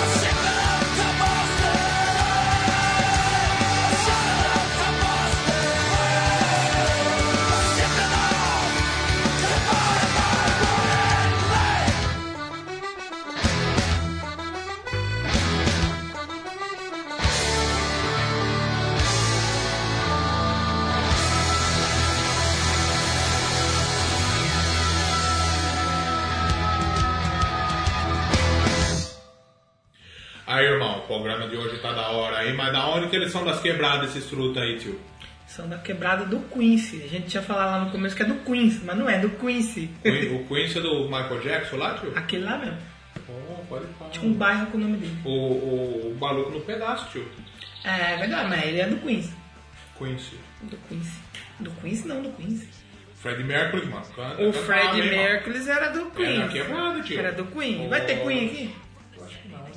Speaker 6: I'm shipping out to Boston. I'm shipping out to Boston. I'm shipping out to buy my wedding ring.
Speaker 2: Aí, irmão, o programa de hoje tá da hora, hein? Mas da onde que eles são das quebradas, esses frutos aí, tio?
Speaker 1: São da é quebrada do Quincy. A gente tinha falado lá no começo que é do Quincy, mas não é do Quincy.
Speaker 2: O Quincy do Michael Jackson lá, tio?
Speaker 1: Aquele lá mesmo.
Speaker 2: Oh, pode falar.
Speaker 1: Tinha um bairro com o nome dele.
Speaker 2: O, o, o maluco no pedaço, tio.
Speaker 1: É, é verdade, mas ele é do Quincy.
Speaker 2: Quincy.
Speaker 1: Do Quincy. Do Quincy não, do Quincy.
Speaker 2: Fred Mercury, mano. Canta-
Speaker 1: O
Speaker 2: canta
Speaker 1: Fred
Speaker 2: bem, mano.
Speaker 1: Mercury era do Queen.
Speaker 2: Era quebrado, tio.
Speaker 1: Era do Queen. Vai ter Queen aqui?
Speaker 2: Acho que não, né?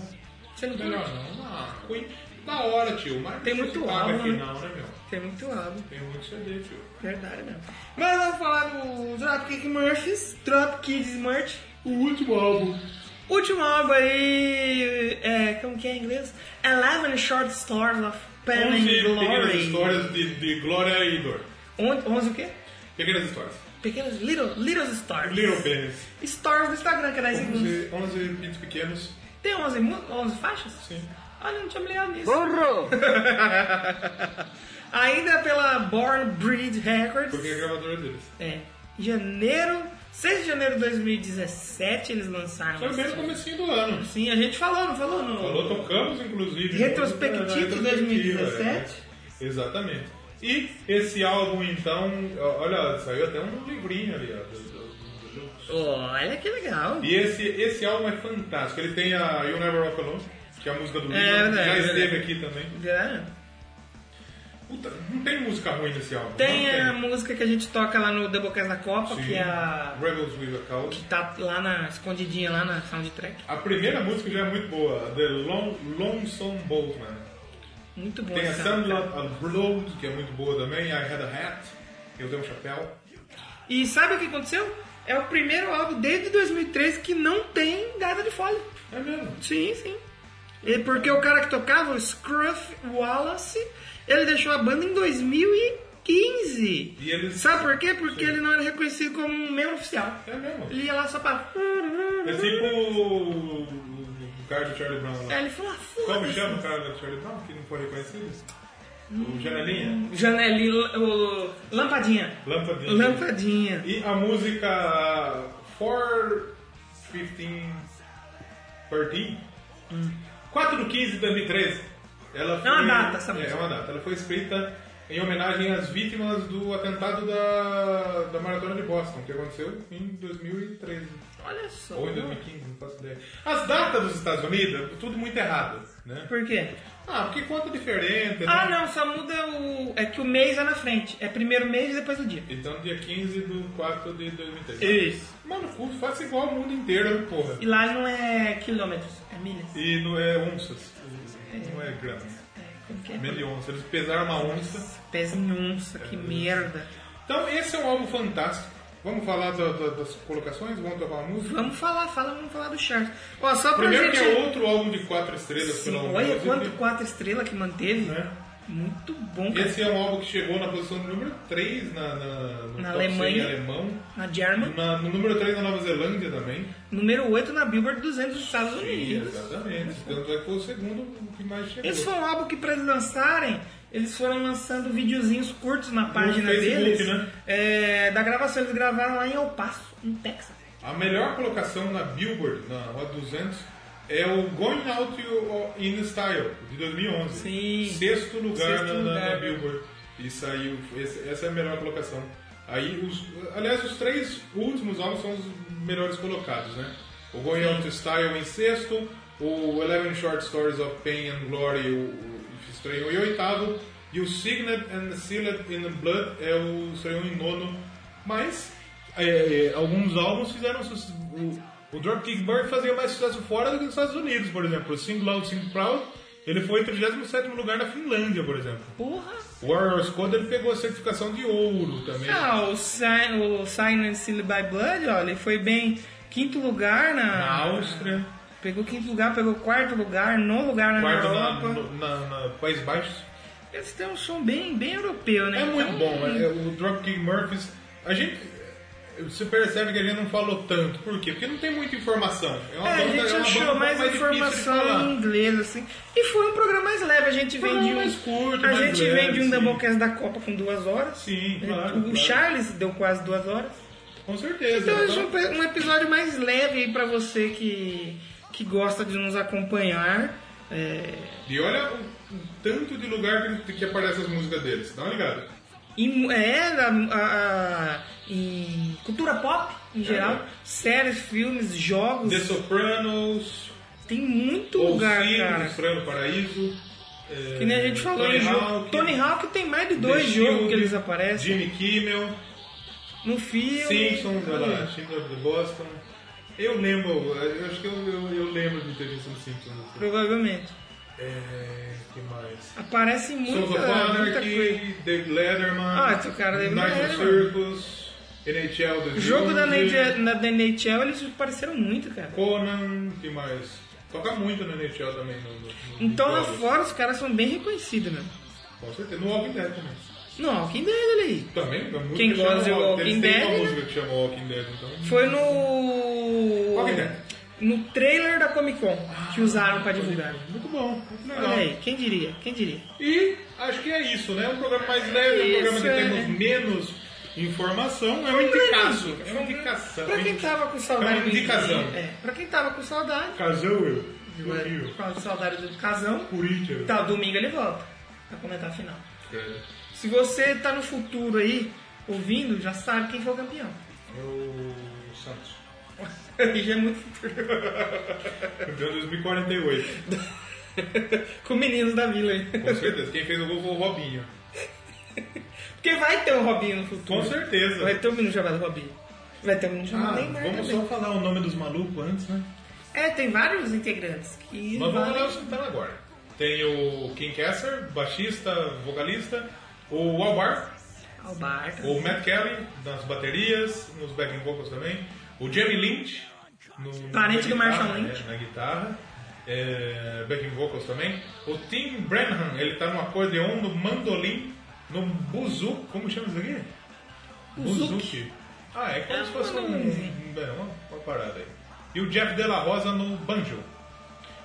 Speaker 1: Você não
Speaker 2: Melhor
Speaker 1: curte?
Speaker 2: não. Ah, Queen da hora, tio. Mas
Speaker 1: Tem
Speaker 2: não
Speaker 1: muito
Speaker 2: se paga
Speaker 1: álbum,
Speaker 2: aqui
Speaker 1: né?
Speaker 2: não, né, meu?
Speaker 1: Tem muito álbum.
Speaker 2: Tem muito CD, tio.
Speaker 1: Verdade mesmo. Mas vamos falar do Dropkick Murphys. Dropkick Murphys.
Speaker 2: O último álbum.
Speaker 1: Último álbum aí... É, como que é em inglês? Eleven Short Stories of Pain and
Speaker 2: 11 pequenas
Speaker 1: Glory.
Speaker 2: histórias de, de glória e dor.
Speaker 1: On- Onze o quê?
Speaker 2: Pequenas histórias.
Speaker 1: Pequenos... Little, little Stories.
Speaker 2: Little Penis.
Speaker 1: Stories do Instagram, que é 10 segundos.
Speaker 2: 11, 11 pintos pequenos.
Speaker 1: Tem 11, mu- 11 faixas?
Speaker 2: Sim.
Speaker 1: Olha, não tinha me ligado nisso. Ainda é pela Born Breed Records.
Speaker 2: Porque é gravadora deles.
Speaker 1: É. Janeiro. 6 de janeiro de 2017 eles lançaram.
Speaker 2: Foi bem no
Speaker 1: esse-
Speaker 2: comecinho do ano.
Speaker 1: Sim, a gente falou, não falou? No...
Speaker 2: Falou, tocamos, inclusive.
Speaker 1: Retrospectiva de
Speaker 2: Retrospectiva,
Speaker 1: 2017.
Speaker 2: é. Exatamente. E esse álbum, então, ó, olha, saiu até um livrinho ali, ó. do- do- do Deluxe.
Speaker 1: Olha que legal.
Speaker 2: E esse, esse álbum é fantástico. Ele tem a You Never Walk Alone, que é a música do livro.
Speaker 1: verdade,
Speaker 2: Já
Speaker 1: é
Speaker 2: esteve
Speaker 1: verdade.
Speaker 2: aqui também.
Speaker 1: É.
Speaker 2: Puta, não tem música ruim nesse álbum.
Speaker 1: Tem a
Speaker 2: não
Speaker 1: música que a gente toca lá no Doublecast da Copa,
Speaker 2: Sim.
Speaker 1: que é a.
Speaker 2: Rebels With a Cause.
Speaker 1: que tá lá na. escondidinha lá na soundtrack.
Speaker 2: A primeira música já é muito boa, The Long, Lonesome Boatman.
Speaker 1: Muito bom
Speaker 2: Tem a
Speaker 1: essa-
Speaker 2: Sunlight Unload, que é muito boa também. I Had a Hat, eu dei um chapéu.
Speaker 1: E sabe o que aconteceu? É o primeiro álbum desde 2013 que não tem data de folha.
Speaker 2: É mesmo.
Speaker 1: Sim, sim. E porque o cara que tocava, o Scruff Wallace, ele deixou a banda em 2015.
Speaker 2: E ele-
Speaker 1: Sabe por quê? Porque ele não era reconhecido como um membro oficial.
Speaker 2: É mesmo.
Speaker 1: Ele ia lá só pra.
Speaker 2: É tipo o, o cara do Charlie Brown lá.
Speaker 1: Aí ele falou, ah,
Speaker 2: Como
Speaker 1: foda-se.
Speaker 2: chama o cara do Charlie Brown que não foi reconhecido? O Janelinha?
Speaker 1: Janelinha, o Lampadinha.
Speaker 2: Lampadinha.
Speaker 1: Lampadinha.
Speaker 2: E a música 4, 15, 13? 4 do 15 de 2013. Ela foi,
Speaker 1: Hum. uma data, essa música.
Speaker 2: É uma data. Ela foi escrita em homenagem às vítimas do atentado da, da Maratona de Boston, que aconteceu em 2013.
Speaker 1: Olha só.
Speaker 2: Ou em 2015, não faço ideia. As datas dos Estados Unidos, tudo muito errado, né?
Speaker 1: Por quê?
Speaker 2: Ah, porque conta diferente, né?
Speaker 1: Ah, não, só muda o. É que o mês é na frente. É primeiro mês e depois o dia.
Speaker 2: Então, dia 15 do 4 de 2013.
Speaker 1: Isso.
Speaker 2: Mano, cu, faça igual ao mundo inteiro, porra.
Speaker 1: E lá não é quilômetros, é milhas.
Speaker 2: E não é onças. Não é gramas.
Speaker 1: É, como que é?
Speaker 2: Meio de onça. Eles pesaram uma onça.
Speaker 1: Pesa em onça, que merda.
Speaker 2: Então, esse é um álbum fantástico. Vamos falar da- da- das colocações? Vamos tocar uma música?
Speaker 1: Vamos falar, fala, vamos falar do Charles. Ó, só pra
Speaker 2: Primeiro que
Speaker 1: gente...
Speaker 2: é né, outro álbum de quatro estrelas
Speaker 1: Sim,
Speaker 2: pela
Speaker 1: olha
Speaker 2: Allmusic.
Speaker 1: quanto quatro estrelas que manteve.
Speaker 2: Né?
Speaker 1: Muito bom, cara.
Speaker 2: Esse é um álbum que chegou na posição número 3 na, na, no
Speaker 1: Na
Speaker 2: top 100
Speaker 1: Alemanha.
Speaker 2: alemão.
Speaker 1: Na German,
Speaker 2: Na- no número 3 na Nova Zelândia também.
Speaker 1: número 8 na Billboard 200 dos Estados Unidos.
Speaker 2: Exatamente. Tanto é que foi o segundo que mais chegou.
Speaker 1: Esse foi um álbum que pra eles lançarem, eles foram lançando videozinhos curtos na página
Speaker 2: Facebook,
Speaker 1: deles.
Speaker 2: né?
Speaker 1: é, da gravação, eles gravaram lá em El Paso, no Texas.
Speaker 2: A melhor colocação na Billboard, na Hot 200, é o Going Out You- in Style, de 2011.
Speaker 1: Sim.
Speaker 2: Sexto lugar,
Speaker 1: Sexto
Speaker 2: na, na-
Speaker 1: lugar,
Speaker 2: na
Speaker 1: né?
Speaker 2: Billboard. E saiu, esse- essa é a melhor colocação. Aí, os, aliás, os três últimos álbuns são os melhores colocados, né? O Going Out in Style em sexto, o Eleven Short Stories of Pain and Glory, o, o estreou em oitavo, e o Signet and Sealed in Blood é o estreou em nono. Mas é, é, alguns álbuns fizeram sucesso. O, o Dropkick Murphy fazia mais sucesso fora do que nos Estados Unidos, por exemplo. O Sing Loud, Sing Proud, ele foi em 37 lugar na Finlândia, por exemplo.
Speaker 1: Porra!
Speaker 2: O Warriors Code ele pegou a certificação de ouro também.
Speaker 1: Ah, o, Sign, o Sign and Seal by Blood, ó, ele foi bem quinto lugar na,
Speaker 2: Na Áustria,
Speaker 1: Pegou quinto lugar, pegou quarto lugar, nono lugar na
Speaker 2: quarto na,
Speaker 1: Europa.
Speaker 2: no- na, na Países Baixos.
Speaker 1: Eles têm um som bem, bem europeu, né?
Speaker 2: É muito
Speaker 1: Então,
Speaker 2: bom, é, o Dropkick Murphys. A gente. Você percebe que a gente não falou tanto. Por quê? Porque não tem muita informação. É, uma
Speaker 1: É, a
Speaker 2: banda-
Speaker 1: gente
Speaker 2: é uma banda
Speaker 1: achou
Speaker 2: um
Speaker 1: mais,
Speaker 2: pouco difícil de
Speaker 1: informação
Speaker 2: falar.
Speaker 1: em inglês, assim. E foi um programa mais leve, a gente
Speaker 2: Programa
Speaker 1: vende um.
Speaker 2: mais curto,
Speaker 1: a
Speaker 2: mais
Speaker 1: gente
Speaker 2: leve,
Speaker 1: vende um
Speaker 2: sim.
Speaker 1: Doublecast da Copa com duas horas.
Speaker 2: Sim,
Speaker 1: É,
Speaker 2: claro,
Speaker 1: O
Speaker 2: claro.
Speaker 1: Charles deu quase duas horas.
Speaker 2: Com certeza.
Speaker 1: Então,
Speaker 2: Então,
Speaker 1: esse é um pe- um episódio mais leve aí pra você que, que gosta de nos acompanhar. É,
Speaker 2: E olha o, o tanto de lugar que, que aparece as músicas deles. Dá uma ligada.
Speaker 1: Em, é, na- a- a- em cultura pop, em geral,
Speaker 2: É.
Speaker 1: séries, filmes, jogos.
Speaker 2: The Sopranos,
Speaker 1: Tem muito
Speaker 2: Ou
Speaker 1: lugar,
Speaker 2: Sim,
Speaker 1: cara.
Speaker 2: Estranho no Paraíso. é,
Speaker 1: Que nem a gente falou
Speaker 2: Tony
Speaker 1: em jogo.
Speaker 2: Hawk,
Speaker 1: Tony Hawk tem mais de dois
Speaker 2: The
Speaker 1: jogos
Speaker 2: Shield,
Speaker 1: que eles aparecem.
Speaker 2: Jimmy Kimmel,
Speaker 1: No filme. é,
Speaker 2: Simpsons, olha lá,
Speaker 1: Olha,
Speaker 2: Schindler do Boston. Eu lembro, eu acho que eu, eu, eu lembro de ter visto um Simpsons. assim.
Speaker 1: Provavelmente.
Speaker 2: É, que mais?
Speaker 1: Aparece muita,
Speaker 2: Souls of Honor,
Speaker 1: é, muita coisa.
Speaker 2: Key, Dave Letterman,
Speaker 1: Ah, esse cara David
Speaker 2: Night of
Speaker 1: Letterman.
Speaker 2: Circus, NHL The
Speaker 1: O jogo da
Speaker 2: Zone,
Speaker 1: NHL, na- da NHL, eles apareceram muito, cara.
Speaker 2: Conan, que mais? Toca muito na NHL também. No, no, no-
Speaker 1: Então lá
Speaker 2: nos jogos.
Speaker 1: fora os caras são bem reconhecidos, né?
Speaker 2: Com certeza, no Walking Dead também.
Speaker 1: Não, quem deu ele aí?
Speaker 2: Também, a música
Speaker 1: Quem
Speaker 2: chama
Speaker 1: gosta de Walking
Speaker 2: Eles têm uma
Speaker 1: Dead, né?
Speaker 2: música que chama Walking Dead, então.
Speaker 1: Foi no.
Speaker 2: Walking Dead.
Speaker 1: No trailer da Comic Con que usaram pra divulgar.
Speaker 2: Muito bom, muito
Speaker 1: Olha
Speaker 2: legal.
Speaker 1: aí, quem diria? Quem diria?
Speaker 2: E acho que é isso, né? Um programa mais leve, um
Speaker 1: Isso,
Speaker 2: programa que
Speaker 1: é.
Speaker 2: temos menos informação. É uma indicação. É uma indicação.
Speaker 1: Pra quem tava com
Speaker 2: É
Speaker 1: saudade
Speaker 2: uma indicação.
Speaker 1: do. É, pra quem tava com saudade.
Speaker 2: Casão, eu. Eu
Speaker 1: né,
Speaker 2: rio.
Speaker 1: Com saudade do casão.
Speaker 2: Corinthians.
Speaker 1: Tá, domingo ele volta pra comentar a final.
Speaker 2: É.
Speaker 1: Se você tá no futuro aí, ouvindo, já sabe quem foi o campeão.
Speaker 2: Eu. Santos.
Speaker 1: Aí já é muito futuro.
Speaker 2: Campeão 2048.
Speaker 1: Com meninos da vila aí.
Speaker 2: Com certeza. Quem fez o gol foi o Robinho.
Speaker 1: Porque vai ter um Robinho no futuro.
Speaker 2: Com certeza.
Speaker 1: Vai ter um menino chamado Robinho. Vai ter um menino chamado
Speaker 2: Ah,
Speaker 1: Neymar
Speaker 2: vamos
Speaker 1: também.
Speaker 2: só falar o nome dos malucos antes, né?
Speaker 1: É, tem vários integrantes que
Speaker 2: Nós vamos
Speaker 1: valem-
Speaker 2: olhar o Santana agora. Tem o Kim Kesser, baixista, vocalista. O Albar,
Speaker 1: Albarca.
Speaker 2: O Matt Kelly nas baterias, nos backing vocals também. O Jerry Lynch. No,
Speaker 1: Parente do
Speaker 2: na guitarra,
Speaker 1: Marshall
Speaker 2: né,
Speaker 1: Lynch.
Speaker 2: Na guitarra. É, backing vocals também. O Tim Brennan, ele tá no acordeon, no mandolim, no buzu. Como chama isso aqui?
Speaker 1: Buzuki.
Speaker 2: Buzuki. Ah, é como
Speaker 1: É
Speaker 2: se fosse um,
Speaker 1: mandolimzinho.
Speaker 2: um- é, uma, uma parada aí. E o Jeff De La Rosa no banjo.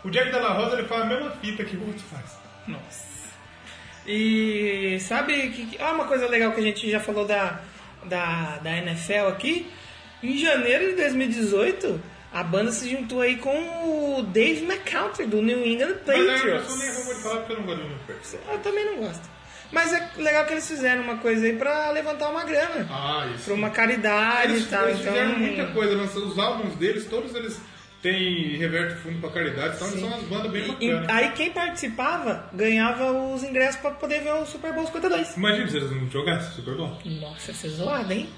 Speaker 2: O Jeff De La Rosa, ele faz a mesma fita que o outro faz.
Speaker 1: Nossa. E sabe que. que- Ah, uma coisa legal que a gente já falou da, da, da NFL aqui. Em janeiro de 2018, a banda se juntou aí com o Dave McCounter, do New England
Speaker 2: Mas aí eu só nem
Speaker 1: Patriots.
Speaker 2: vou falar porque eu não gosto de New York.
Speaker 1: Eu também não gosto. Mas é legal que eles fizeram uma coisa aí pra levantar uma grana.
Speaker 2: Ah, isso.
Speaker 1: Pra uma caridade
Speaker 2: Eles,
Speaker 1: e tal.
Speaker 2: eles
Speaker 1: então,
Speaker 2: fizeram muita coisa, lançou- os álbuns deles, todos eles têm reverte fundo pra caridade, então eles são umas bandas bem
Speaker 1: E-
Speaker 2: bacanas.
Speaker 1: aí quem participava ganhava os ingressos pra poder ver o Super Bowl 52.
Speaker 2: Imagina se eles não jogassem Super Bowl.
Speaker 1: Nossa, essa é zoada, hein?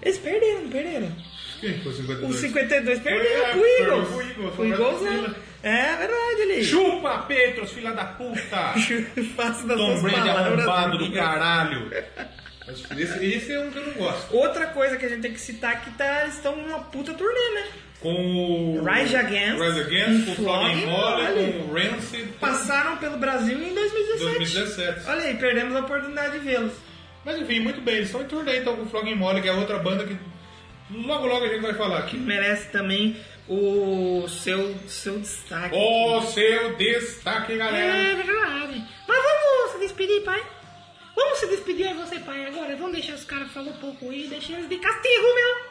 Speaker 1: Eles perderam, perderam.
Speaker 2: Quem É. foi o
Speaker 1: O
Speaker 2: 52?
Speaker 1: 52
Speaker 2: É,
Speaker 1: perderam pro
Speaker 2: perdeu
Speaker 1: Eagles.
Speaker 2: pro Eagles, né?
Speaker 1: O
Speaker 2: foi
Speaker 1: Eagles
Speaker 2: pra Vila.
Speaker 1: é. É verdade, ele.
Speaker 2: Chupa, Petros, filha da puta!
Speaker 1: Faço das
Speaker 2: Tom
Speaker 1: suas
Speaker 2: Brady
Speaker 1: palavras. né?
Speaker 2: arrombado do
Speaker 1: minhas.
Speaker 2: caralho! Mas Esse, esse é um que eu não gosto.
Speaker 1: Outra coisa que a gente tem que citar que tá, eles estão numa puta turnê, né?
Speaker 2: Com o...
Speaker 1: Rise Against,
Speaker 2: Rise Against, com o Flogging
Speaker 1: Flogging
Speaker 2: Molly,
Speaker 1: Molly.
Speaker 2: com o Rancid... com-
Speaker 1: Passaram pelo Brasil em 2017.
Speaker 2: 2017.
Speaker 1: Olha aí, perdemos a oportunidade de vê-los.
Speaker 2: Mas enfim, muito bem, eles estão em turnê então com o Flogging Molly, que é outra banda que logo logo a gente vai falar aqui.
Speaker 1: Merece também o seu, seu destaque.
Speaker 2: O seu destaque, galera.
Speaker 5: É verdade. Mas vamos se despedir, pai. Vamos se despedir aí você, pai, agora. Vamos deixar os caras falar um pouco aí, deixar eles de castigo,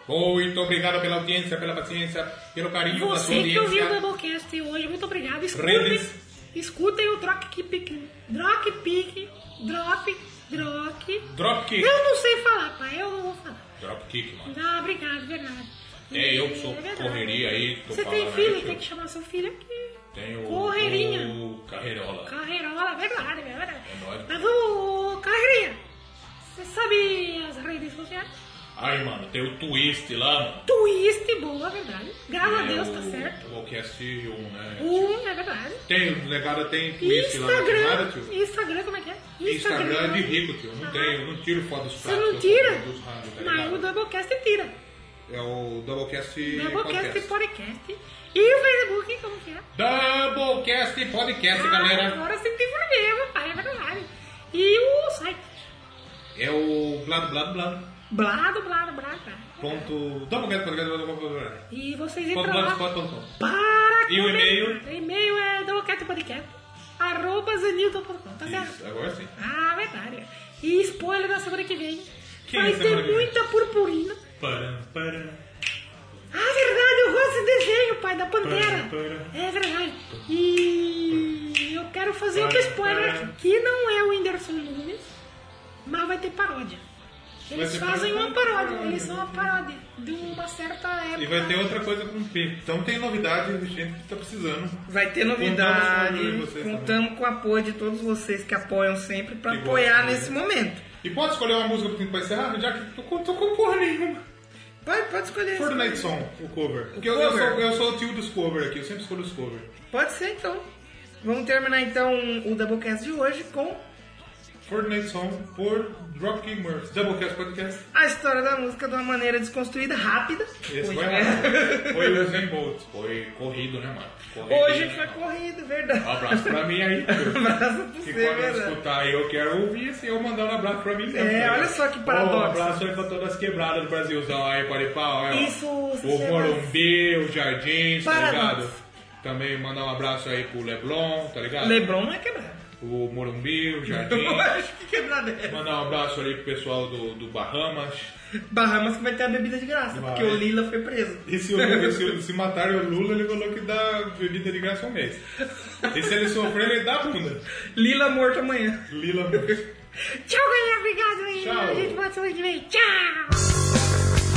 Speaker 5: meu.
Speaker 2: Muito obrigado pela audiência, pela paciência, pelo carinho da sua
Speaker 5: Você que ouviu o
Speaker 2: audiência.
Speaker 5: Doublecast hoje, muito obrigado. Escutem,
Speaker 2: Redes.
Speaker 5: escutem o Drop Kick, Drop Pick, Drop, Drop.
Speaker 2: Dropkick.
Speaker 5: Eu não sei falar, pai, eu não vou falar.
Speaker 2: Dropkick, mano.
Speaker 5: Ah, obrigado, verdade.
Speaker 2: É, eu que sou correria aí, tô
Speaker 5: Você tem
Speaker 2: falando
Speaker 5: filho,
Speaker 2: aí,
Speaker 5: tem
Speaker 2: eu-
Speaker 5: que chamar seu filho aqui.
Speaker 2: Tem o,
Speaker 5: Correirinha.
Speaker 2: o Carreirola.
Speaker 5: Carreirola, verdade, verdade.
Speaker 2: É nóis.
Speaker 5: Mas vamos, carreirinha. Você sabe as redes sociais?
Speaker 2: Aí, mano, tem o Twist lá, mano.
Speaker 5: Twist, boa, verdverdade. Graças a Deus,
Speaker 2: É
Speaker 5: tá
Speaker 2: o-
Speaker 5: certo.
Speaker 2: O Walkcast 1, né?
Speaker 5: Um, é verdade.
Speaker 2: Tem, o legado tem Twist lá na
Speaker 5: Instagram.
Speaker 2: chamada, tio.
Speaker 5: Instagram, como é que é?
Speaker 2: Instagram é de rico, tio. Não tem, eu não tiro foto dos
Speaker 5: Você
Speaker 2: pratos.
Speaker 5: não
Speaker 2: eu
Speaker 5: tira?
Speaker 2: tiro Dos rádios, tá
Speaker 5: Mas o
Speaker 2: ligado?
Speaker 5: Doublecast tira.
Speaker 2: É o Doublecast
Speaker 5: Doublecast
Speaker 2: Podcast.
Speaker 5: Podcast. E o Facebook, como que é?
Speaker 2: Doublecast Podcast,
Speaker 5: Ah,
Speaker 2: galera.
Speaker 5: Agora sempre tem problema, pai, é verdade. E o site.
Speaker 2: É o blado, blado, blado.
Speaker 5: Blado, blado, blado, blado.
Speaker 2: Ponto. Doublecast Podcast. blado, blado, blado.
Speaker 5: E vocês
Speaker 2: Ponto
Speaker 5: entram lá.
Speaker 2: blogspot ponto com.
Speaker 5: Para
Speaker 2: E o
Speaker 5: comentar.
Speaker 2: e-mail?
Speaker 5: O e-mail é doublecatpodcast, arroba zenilton.com, tá certo?
Speaker 2: Isso, agora sim.
Speaker 5: Ah, verdade. E spoiler da semana que vem.
Speaker 2: Que é
Speaker 5: vai
Speaker 2: semana
Speaker 5: ter
Speaker 2: que vem?
Speaker 5: muita purpurina.
Speaker 2: Param, param.
Speaker 5: Ah, verdade, eu gosto desse desenho, pai, da Pantera.
Speaker 2: Para,
Speaker 5: É verdade. E eu quero fazer outro
Speaker 2: Para,
Speaker 5: spoiler
Speaker 2: para.
Speaker 5: aqui, que não é o Whindersson Nunes, mas vai ter paródia. Eles
Speaker 2: ser
Speaker 5: fazem
Speaker 2: pra-
Speaker 5: uma paródia. Eles são uma paródia de uma certa época.
Speaker 2: E vai ter outra coisa com P. Então tem novidade, gente que tá precisando.
Speaker 1: Vai ter
Speaker 2: Contamos com
Speaker 1: novidade.
Speaker 2: vocês também.
Speaker 1: Contamos com o apoio de todos vocês que apoiam sempre pra
Speaker 2: Que
Speaker 1: apoiar
Speaker 2: gostam,
Speaker 1: nesse momento.
Speaker 2: E pode escolher uma música pro tempo pra encerrar, já que tu tô com porra nenhuma.
Speaker 1: Pode, pode escolher.
Speaker 2: Fortnite Song, o cover. Porque eu, eu
Speaker 1: cover?
Speaker 2: sou, eu sou o tio dos cover aqui, eu sempre escolho os cover.
Speaker 1: Pode ser então. Vamos terminar então o Doublecast de hoje com
Speaker 2: Fortnite Song por Dropkick Murphs. Doublecast Podcast.
Speaker 1: a história da música de uma maneira desconstruída, rápida.
Speaker 2: Esse
Speaker 1: hoje,
Speaker 2: foi
Speaker 1: né?
Speaker 2: rápido. Foi o Zen Bolt. Foi corrido, né, mano? Corrido,
Speaker 1: Hoje
Speaker 2: né,
Speaker 1: foi
Speaker 2: mano?
Speaker 1: corrido, verdade.
Speaker 2: Um abraço pra mim aí. tio.
Speaker 1: Abraço pra
Speaker 2: Que
Speaker 1: você,
Speaker 2: quando eu
Speaker 1: verdade.
Speaker 2: escutar aí, eu quero ouvir esse eu mandar um abraço pra mim mesmo.
Speaker 1: É,
Speaker 2: tá ligado?
Speaker 1: olha só que
Speaker 2: Ô, Um
Speaker 1: paradoxo.
Speaker 2: abraço aí pra todas as quebradas do Brasilzão aí, Paripau. aí, ó.
Speaker 1: Isso se
Speaker 2: O
Speaker 1: chama-
Speaker 2: Morumbi, o Jardim, tá
Speaker 1: Paradoxo.
Speaker 2: ligado? Também mandar um abraço aí pro Leblon, tá ligado?
Speaker 1: Lebron não é quebrado.
Speaker 2: O Morumbi, o Jardim.
Speaker 1: Eu acho que quebrado é.
Speaker 2: Mandar um abraço ali pro pessoal do, do Bahamas.
Speaker 1: Bahamas que vai ter a bebida de graça,
Speaker 2: Vai.
Speaker 1: porque o Lila foi preso.
Speaker 2: E se, o Lula, se, se matarem o Lula, ele falou que dá bebida de graça um mês. E se ele sofrer, ele dá bunda.
Speaker 1: Lila morto amanhã.
Speaker 2: Lila.
Speaker 5: Tchau, galera. Obrigado aí.
Speaker 2: Tchau.
Speaker 5: A gente volta semana que vem. Tchau.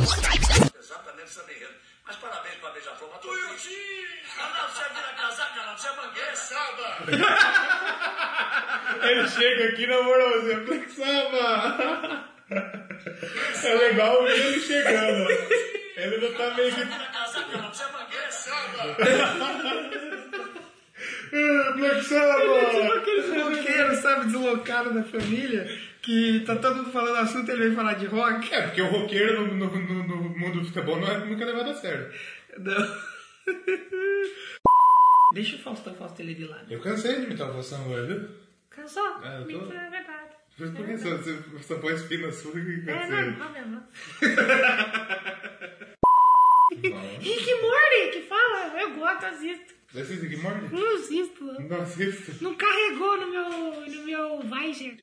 Speaker 6: Exatamente essa enredo. Mas parabéns pra Beija-Flor. Mas Tuiuti!
Speaker 4: Ah,
Speaker 6: Analcé vira casaca,
Speaker 4: é
Speaker 6: Analcé mangueira.
Speaker 2: Ele chega aqui na assim, moralzinha, flexava. É legal ver ele chegando. Ele não tá meio que.
Speaker 6: Vira casaca, Analcé mangueira.
Speaker 2: "Ah, Flexava!
Speaker 1: Aquele roqueiro, sabe, deslocado da família, que tá todo mundo falando assunto ele vem falar de rock.
Speaker 2: É, porque o roqueiro no, no- no- no mundo do futebol não é nunca levado a sério.
Speaker 1: Não. Deixa o Faustão Faustelli de né? lado.
Speaker 2: Eu cansei de imitar o Faustão agora, viu?
Speaker 5: Cansou?
Speaker 2: É, eu tô-
Speaker 5: Muito é verdade.
Speaker 2: Mas por que você, você, você põe espina sua e
Speaker 5: É
Speaker 2: cansei?
Speaker 5: normal mesmo. Rick e Morty que fala. Eu gosto, assisto.
Speaker 2: Vocês aqui mordem?
Speaker 5: Não assisto.
Speaker 2: Não assisto.
Speaker 5: Não carregou no meu, no meu Viger.